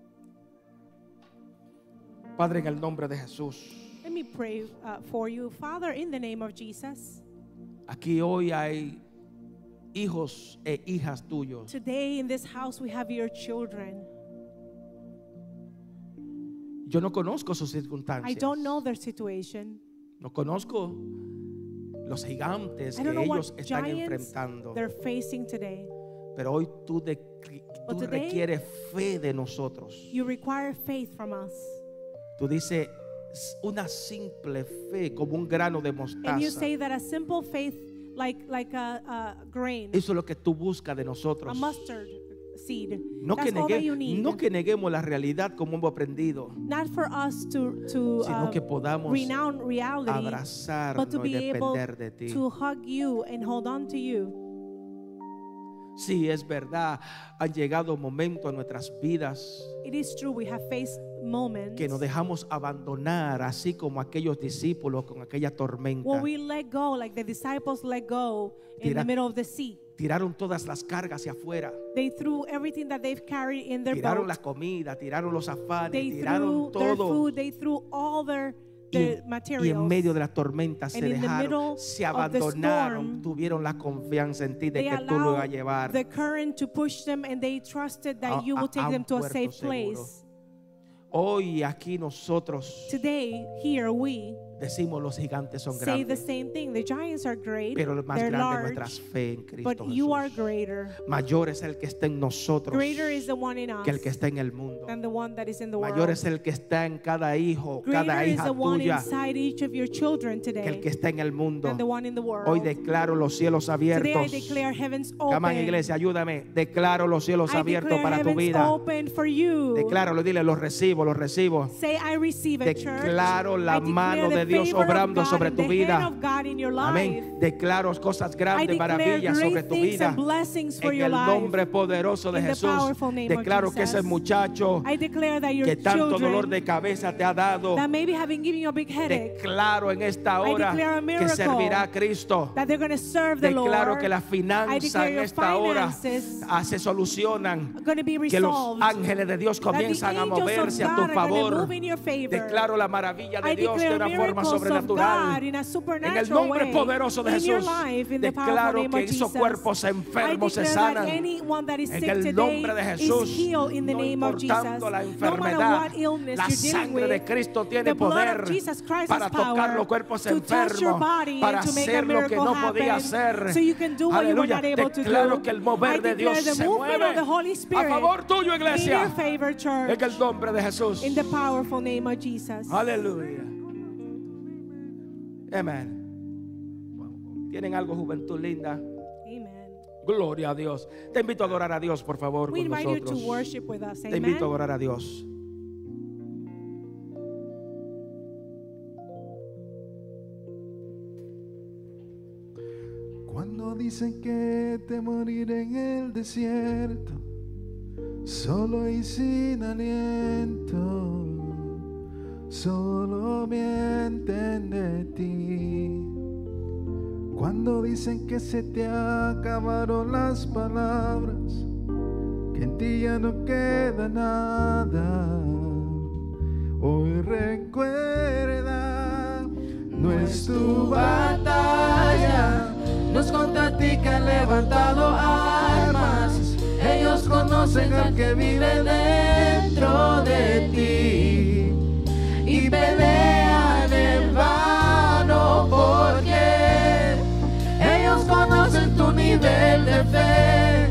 [SPEAKER 1] Padre, en el nombre de Jesús.
[SPEAKER 2] Let me pray uh, for you. Father, in the name of Jesus,
[SPEAKER 1] Aquí hoy hay hijos e hijas tuyos
[SPEAKER 2] today in this house we have your children.
[SPEAKER 1] Yo no conozco sus
[SPEAKER 2] I
[SPEAKER 1] circunstancias.
[SPEAKER 2] don't know their situation.
[SPEAKER 1] No conozco los gigantes
[SPEAKER 2] I
[SPEAKER 1] que
[SPEAKER 2] don't know
[SPEAKER 1] ellos
[SPEAKER 2] what
[SPEAKER 1] están
[SPEAKER 2] giants
[SPEAKER 1] enfrentando.
[SPEAKER 2] they're facing today.
[SPEAKER 1] Pero hoy tú, de- tú
[SPEAKER 2] today,
[SPEAKER 1] requieres fe de nosotros.
[SPEAKER 2] You require faith from us.
[SPEAKER 1] Tú dices "S- una simple fe como un grano de mostaza.
[SPEAKER 2] And you say that a simple faith, like, like a, a grain,
[SPEAKER 1] Eso es lo que tú buscas de
[SPEAKER 2] a
[SPEAKER 1] nosotros.
[SPEAKER 2] mustard seed,
[SPEAKER 1] No que,
[SPEAKER 2] that's all that
[SPEAKER 1] negue-
[SPEAKER 2] you need.
[SPEAKER 1] no que neguemos la realidad como hemos aprendido,
[SPEAKER 2] Not for us to, to
[SPEAKER 1] sino
[SPEAKER 2] uh,
[SPEAKER 1] que podamos
[SPEAKER 2] renounce reality, but to
[SPEAKER 1] abrazarnos y
[SPEAKER 2] be able
[SPEAKER 1] depender de ti.
[SPEAKER 2] to hug you and hold on to you.
[SPEAKER 1] Sí, es verdad, han llegado momentos en nuestras vidas
[SPEAKER 2] It is true, we have faced moments
[SPEAKER 1] que nos dejamos abandonar, así como aquellos discípulos con aquella tormenta.
[SPEAKER 2] where we let go, like the disciples let go in
[SPEAKER 1] Tira-
[SPEAKER 2] the middle of the sea.
[SPEAKER 1] Tiraron todas las cargas hacia afuera.
[SPEAKER 2] They threw everything that they've carried in their
[SPEAKER 1] Tiraron
[SPEAKER 2] boat.
[SPEAKER 1] la comida, tiraron los afanes,
[SPEAKER 2] they
[SPEAKER 1] tiraron
[SPEAKER 2] threw their
[SPEAKER 1] todo.
[SPEAKER 2] food, they threw all their,
[SPEAKER 1] Y
[SPEAKER 2] their
[SPEAKER 1] en-
[SPEAKER 2] materials.
[SPEAKER 1] y en medio de la tormenta se
[SPEAKER 2] And in the
[SPEAKER 1] dejaron,
[SPEAKER 2] middle
[SPEAKER 1] se
[SPEAKER 2] of the
[SPEAKER 1] abandonaron,
[SPEAKER 2] storm,
[SPEAKER 1] tuvieron la confianza en ti de
[SPEAKER 2] they
[SPEAKER 1] que tú lo ibas a
[SPEAKER 2] allowed
[SPEAKER 1] llevar.
[SPEAKER 2] the current to push them and they trusted that
[SPEAKER 1] A-
[SPEAKER 2] you
[SPEAKER 1] a-
[SPEAKER 2] will
[SPEAKER 1] a
[SPEAKER 2] take
[SPEAKER 1] un
[SPEAKER 2] them to a
[SPEAKER 1] puerto
[SPEAKER 2] safe
[SPEAKER 1] seguro.
[SPEAKER 2] place.
[SPEAKER 1] Hoy aquí nosotros
[SPEAKER 2] Today, here we
[SPEAKER 1] decimos los gigantes son
[SPEAKER 2] say the
[SPEAKER 1] grandes,
[SPEAKER 2] same thing. The giants are great,
[SPEAKER 1] pero el más
[SPEAKER 2] they're
[SPEAKER 1] grande es
[SPEAKER 2] large,
[SPEAKER 1] nuestra fe en Cristo
[SPEAKER 2] but you are
[SPEAKER 1] Jesús.
[SPEAKER 2] greater.
[SPEAKER 1] Mayor es el que está en nosotros
[SPEAKER 2] Greater is the one in us
[SPEAKER 1] que el que está en el mundo.
[SPEAKER 2] than the one that is in the
[SPEAKER 1] Mayor
[SPEAKER 2] world.
[SPEAKER 1] es el que está en cada hijo, cada
[SPEAKER 2] greater is
[SPEAKER 1] hija
[SPEAKER 2] the one
[SPEAKER 1] tuya
[SPEAKER 2] inside each of your children
[SPEAKER 1] que el
[SPEAKER 2] today
[SPEAKER 1] que está en el mundo.
[SPEAKER 2] than the one in the world.
[SPEAKER 1] Hoy declaro los cielos
[SPEAKER 2] today I
[SPEAKER 1] abiertos.
[SPEAKER 2] declare heavens open.
[SPEAKER 1] Camán iglesia, ayúdame. Declaro los cielos
[SPEAKER 2] I
[SPEAKER 1] abiertos
[SPEAKER 2] declare
[SPEAKER 1] para tu
[SPEAKER 2] heavens
[SPEAKER 1] vida.
[SPEAKER 2] open for you.
[SPEAKER 1] Decláralo, dile, los recibo, los recibo.
[SPEAKER 2] Say, I receive it, church.
[SPEAKER 1] Declaro la
[SPEAKER 2] I declare
[SPEAKER 1] mano
[SPEAKER 2] the
[SPEAKER 1] de Dios
[SPEAKER 2] favor of
[SPEAKER 1] obrando
[SPEAKER 2] God
[SPEAKER 1] sobre
[SPEAKER 2] and
[SPEAKER 1] tu
[SPEAKER 2] the
[SPEAKER 1] vida.
[SPEAKER 2] hand of God in your life.
[SPEAKER 1] Amén. Declaro cosas
[SPEAKER 2] I
[SPEAKER 1] grandes,
[SPEAKER 2] declare
[SPEAKER 1] maravillas sobre
[SPEAKER 2] great
[SPEAKER 1] tu
[SPEAKER 2] things
[SPEAKER 1] vida.
[SPEAKER 2] and blessings for
[SPEAKER 1] En
[SPEAKER 2] your
[SPEAKER 1] el
[SPEAKER 2] life.
[SPEAKER 1] nombre poderoso de
[SPEAKER 2] In the
[SPEAKER 1] Jesús.
[SPEAKER 2] powerful name of
[SPEAKER 1] Declaro que ese
[SPEAKER 2] Jesus.
[SPEAKER 1] muchacho
[SPEAKER 2] I declare that your
[SPEAKER 1] que tanto
[SPEAKER 2] children
[SPEAKER 1] dolor de cabeza te ha dado.
[SPEAKER 2] that maybe having given you a big headache,
[SPEAKER 1] Declaro en esta
[SPEAKER 2] I
[SPEAKER 1] hora
[SPEAKER 2] declare a
[SPEAKER 1] que
[SPEAKER 2] miracle.
[SPEAKER 1] servirá a Cristo.
[SPEAKER 2] that they're going to serve the
[SPEAKER 1] Declaro
[SPEAKER 2] Lord.
[SPEAKER 1] que las
[SPEAKER 2] I
[SPEAKER 1] finanzas
[SPEAKER 2] declare
[SPEAKER 1] en
[SPEAKER 2] your
[SPEAKER 1] esta hora
[SPEAKER 2] finances
[SPEAKER 1] ah, se solucionan.
[SPEAKER 2] are going to be
[SPEAKER 1] Que los
[SPEAKER 2] resolved.
[SPEAKER 1] ángeles de Dios
[SPEAKER 2] that the
[SPEAKER 1] comienzan a
[SPEAKER 2] angels of
[SPEAKER 1] moverse a
[SPEAKER 2] God
[SPEAKER 1] tu
[SPEAKER 2] are gonna
[SPEAKER 1] favor.
[SPEAKER 2] move in your favor.
[SPEAKER 1] Declaro la maravilla de
[SPEAKER 2] I
[SPEAKER 1] Dios de
[SPEAKER 2] declare
[SPEAKER 1] una forma
[SPEAKER 2] miracles of God
[SPEAKER 1] sobrenatural.
[SPEAKER 2] in a
[SPEAKER 1] En el
[SPEAKER 2] supernatural
[SPEAKER 1] nombre
[SPEAKER 2] way
[SPEAKER 1] poderoso de
[SPEAKER 2] in your
[SPEAKER 1] Jesús,
[SPEAKER 2] life, in the powerful
[SPEAKER 1] declaro
[SPEAKER 2] name of
[SPEAKER 1] que esos
[SPEAKER 2] Jesus.
[SPEAKER 1] cuerpos enfermos
[SPEAKER 2] I
[SPEAKER 1] se
[SPEAKER 2] declare
[SPEAKER 1] sanan.
[SPEAKER 2] That anyone that is
[SPEAKER 1] En
[SPEAKER 2] sick
[SPEAKER 1] el
[SPEAKER 2] today
[SPEAKER 1] nombre de Jesús,
[SPEAKER 2] is healed in the
[SPEAKER 1] no
[SPEAKER 2] name of Jesus.
[SPEAKER 1] importando la
[SPEAKER 2] no matter
[SPEAKER 1] enfermedad,
[SPEAKER 2] what illness
[SPEAKER 1] la
[SPEAKER 2] you're dealing
[SPEAKER 1] sangre
[SPEAKER 2] with,
[SPEAKER 1] de Cristo tiene
[SPEAKER 2] the blood of
[SPEAKER 1] poder
[SPEAKER 2] Jesus Christ
[SPEAKER 1] para
[SPEAKER 2] has power
[SPEAKER 1] tocar los cuerpos
[SPEAKER 2] to touch your
[SPEAKER 1] enfermos,
[SPEAKER 2] body
[SPEAKER 1] para
[SPEAKER 2] and to make
[SPEAKER 1] hacer
[SPEAKER 2] a
[SPEAKER 1] lo que
[SPEAKER 2] miracle
[SPEAKER 1] no podía
[SPEAKER 2] happen,
[SPEAKER 1] hacer.
[SPEAKER 2] So you can do what you were
[SPEAKER 1] Aleluya.
[SPEAKER 2] not able to
[SPEAKER 1] Declaro
[SPEAKER 2] do.
[SPEAKER 1] que el mover
[SPEAKER 2] I
[SPEAKER 1] de Dios
[SPEAKER 2] declare
[SPEAKER 1] se
[SPEAKER 2] the movement
[SPEAKER 1] mueve
[SPEAKER 2] of the Holy
[SPEAKER 1] a
[SPEAKER 2] Spirit
[SPEAKER 1] favor tuyo, iglesia.
[SPEAKER 2] In your favor, church.
[SPEAKER 1] En el nombre de Jesús.
[SPEAKER 2] In the powerful name of Jesus.
[SPEAKER 1] Aleluya. Amén. Tienen algo, juventud linda.
[SPEAKER 2] Amen.
[SPEAKER 1] Gloria a Dios. Te invito a adorar a Dios, por favor,
[SPEAKER 2] We
[SPEAKER 1] con
[SPEAKER 2] invite you to
[SPEAKER 1] nosotros.
[SPEAKER 2] worship with us.
[SPEAKER 1] Te invito a
[SPEAKER 2] Amen.
[SPEAKER 1] adorar a Dios.
[SPEAKER 3] Cuando dicen que te moriré en el desierto, solo y sin aliento, solo mienten de ti. Cuando dicen que se te acabaron las palabras, que en ti ya no queda nada. Hoy recuerda, no es tu batalla, no es contra ti que han levantado armas. Ellos conocen al que vive dentro de ti y pelean en vano porque ellos conocen tu nivel de fe,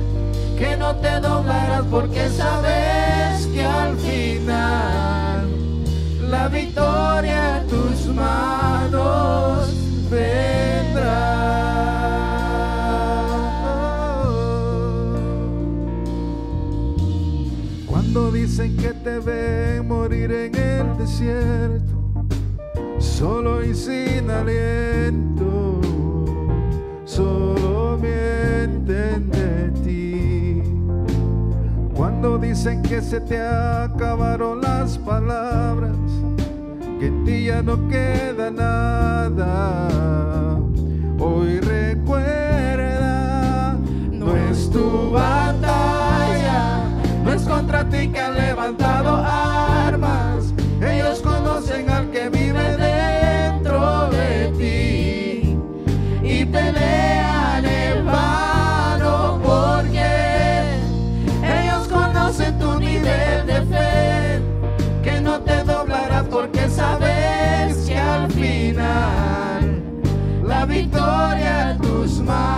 [SPEAKER 3] que no te doblarás porque sabes que al final la victoria a tus manos vendrá. Cuando dicen que te ven morir en el desierto, solo y sin aliento, solo mienten de ti. Cuando dicen que se te acabaron las palabras, que en ti ya no queda nada. Hoy recuerda,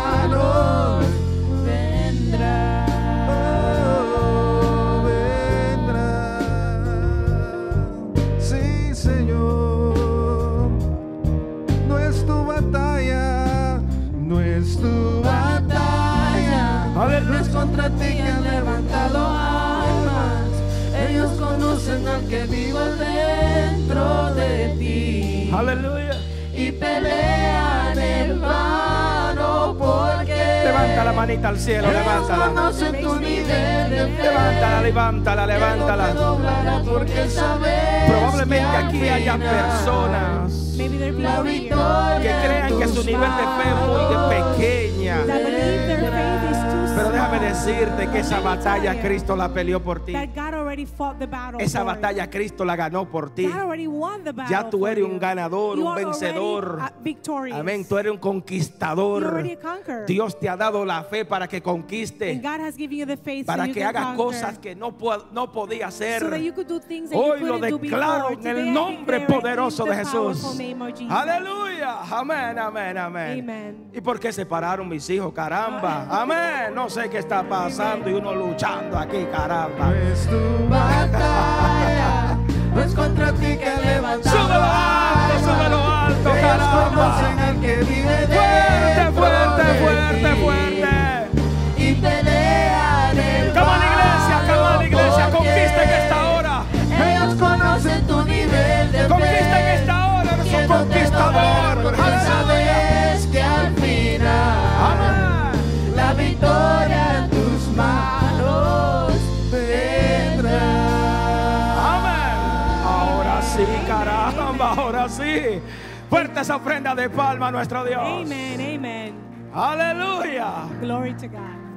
[SPEAKER 3] Oh, fuerza que vivo dentro de ti.
[SPEAKER 1] Aleluya.
[SPEAKER 3] Y pelean en vano porque
[SPEAKER 1] Levanta la manita al cielo,
[SPEAKER 3] Dios
[SPEAKER 1] levántala.
[SPEAKER 3] conoce tu nivel de fe.
[SPEAKER 1] Levántala, levántala,
[SPEAKER 3] Él no
[SPEAKER 1] levántala.
[SPEAKER 3] te doblará porque sabes
[SPEAKER 1] Probablemente
[SPEAKER 3] que
[SPEAKER 1] aquí haya
[SPEAKER 3] al final
[SPEAKER 1] personas
[SPEAKER 2] Maybe there be
[SPEAKER 3] La
[SPEAKER 2] fear.
[SPEAKER 3] victoria
[SPEAKER 1] que crean que su nivel de fe es muy de pequeña.
[SPEAKER 2] That believe their faith is too small.
[SPEAKER 1] Pero déjame decirte que esa batalla Cristo la peleó por ti.
[SPEAKER 2] That God already fought the battle
[SPEAKER 1] Esa
[SPEAKER 2] for you.
[SPEAKER 1] batalla Cristo la ganó por ti.
[SPEAKER 2] God already won the battle
[SPEAKER 1] Ya tú
[SPEAKER 2] for
[SPEAKER 1] eres
[SPEAKER 2] you.
[SPEAKER 1] un ganador,
[SPEAKER 2] You
[SPEAKER 1] un
[SPEAKER 2] are already,
[SPEAKER 1] vencedor.
[SPEAKER 2] uh, victorious.
[SPEAKER 1] Amén, tú eres un
[SPEAKER 2] You're
[SPEAKER 1] conquistador.
[SPEAKER 2] already a conqueror.
[SPEAKER 1] Dios te ha dado la fe para que
[SPEAKER 2] And
[SPEAKER 1] conquiste,
[SPEAKER 2] God has given you the faith so
[SPEAKER 1] para
[SPEAKER 2] you
[SPEAKER 1] que
[SPEAKER 2] can
[SPEAKER 1] hagas
[SPEAKER 2] conquer,
[SPEAKER 1] cosas que no, po- no podía
[SPEAKER 2] so that you
[SPEAKER 1] hacer.
[SPEAKER 2] could do things that
[SPEAKER 1] Hoy
[SPEAKER 2] you
[SPEAKER 1] lo
[SPEAKER 2] couldn't do
[SPEAKER 1] declaro
[SPEAKER 2] before.
[SPEAKER 1] en
[SPEAKER 2] Today I
[SPEAKER 1] el nombre
[SPEAKER 2] declare it in
[SPEAKER 1] poderoso
[SPEAKER 2] the
[SPEAKER 1] de Jesús.
[SPEAKER 2] powerful name of Jesus.
[SPEAKER 1] Aleluya, amén, amén, amén.
[SPEAKER 2] Amen.
[SPEAKER 1] ¿Y por qué se pararon mis hijos? Caramba, amén. No sé qué está pasando y uno luchando aquí, caramba.
[SPEAKER 4] Es tu
[SPEAKER 3] batalla no es contra ti que levanta
[SPEAKER 1] Súbelo alto, súbelo alto,
[SPEAKER 4] Ellos conocen
[SPEAKER 1] caramba.
[SPEAKER 4] al que vive
[SPEAKER 1] Fuerte,
[SPEAKER 4] dentro
[SPEAKER 1] fuerte,
[SPEAKER 4] de
[SPEAKER 1] fuerte,
[SPEAKER 4] ti.
[SPEAKER 1] fuerte.
[SPEAKER 3] y pelean el
[SPEAKER 1] Come on, iglesia, come on, iglesia.
[SPEAKER 3] porque
[SPEAKER 1] Conquisten esta hora.
[SPEAKER 3] Ellos conocen tu nivel de fe.
[SPEAKER 1] Conquisten esta hora. Eres un
[SPEAKER 3] Que no te doblará,
[SPEAKER 1] conquistador.
[SPEAKER 3] porque
[SPEAKER 1] Aleluya.
[SPEAKER 3] sabes que al final
[SPEAKER 1] Amén.
[SPEAKER 3] la victoria en tus manos tendrá.
[SPEAKER 1] Amén. Ahora sí, caramba, ahora sí. Fuerte esa ofrenda de palma a nuestro Dios.
[SPEAKER 2] Amen, amen.
[SPEAKER 1] Aleluya.
[SPEAKER 2] Glory to God.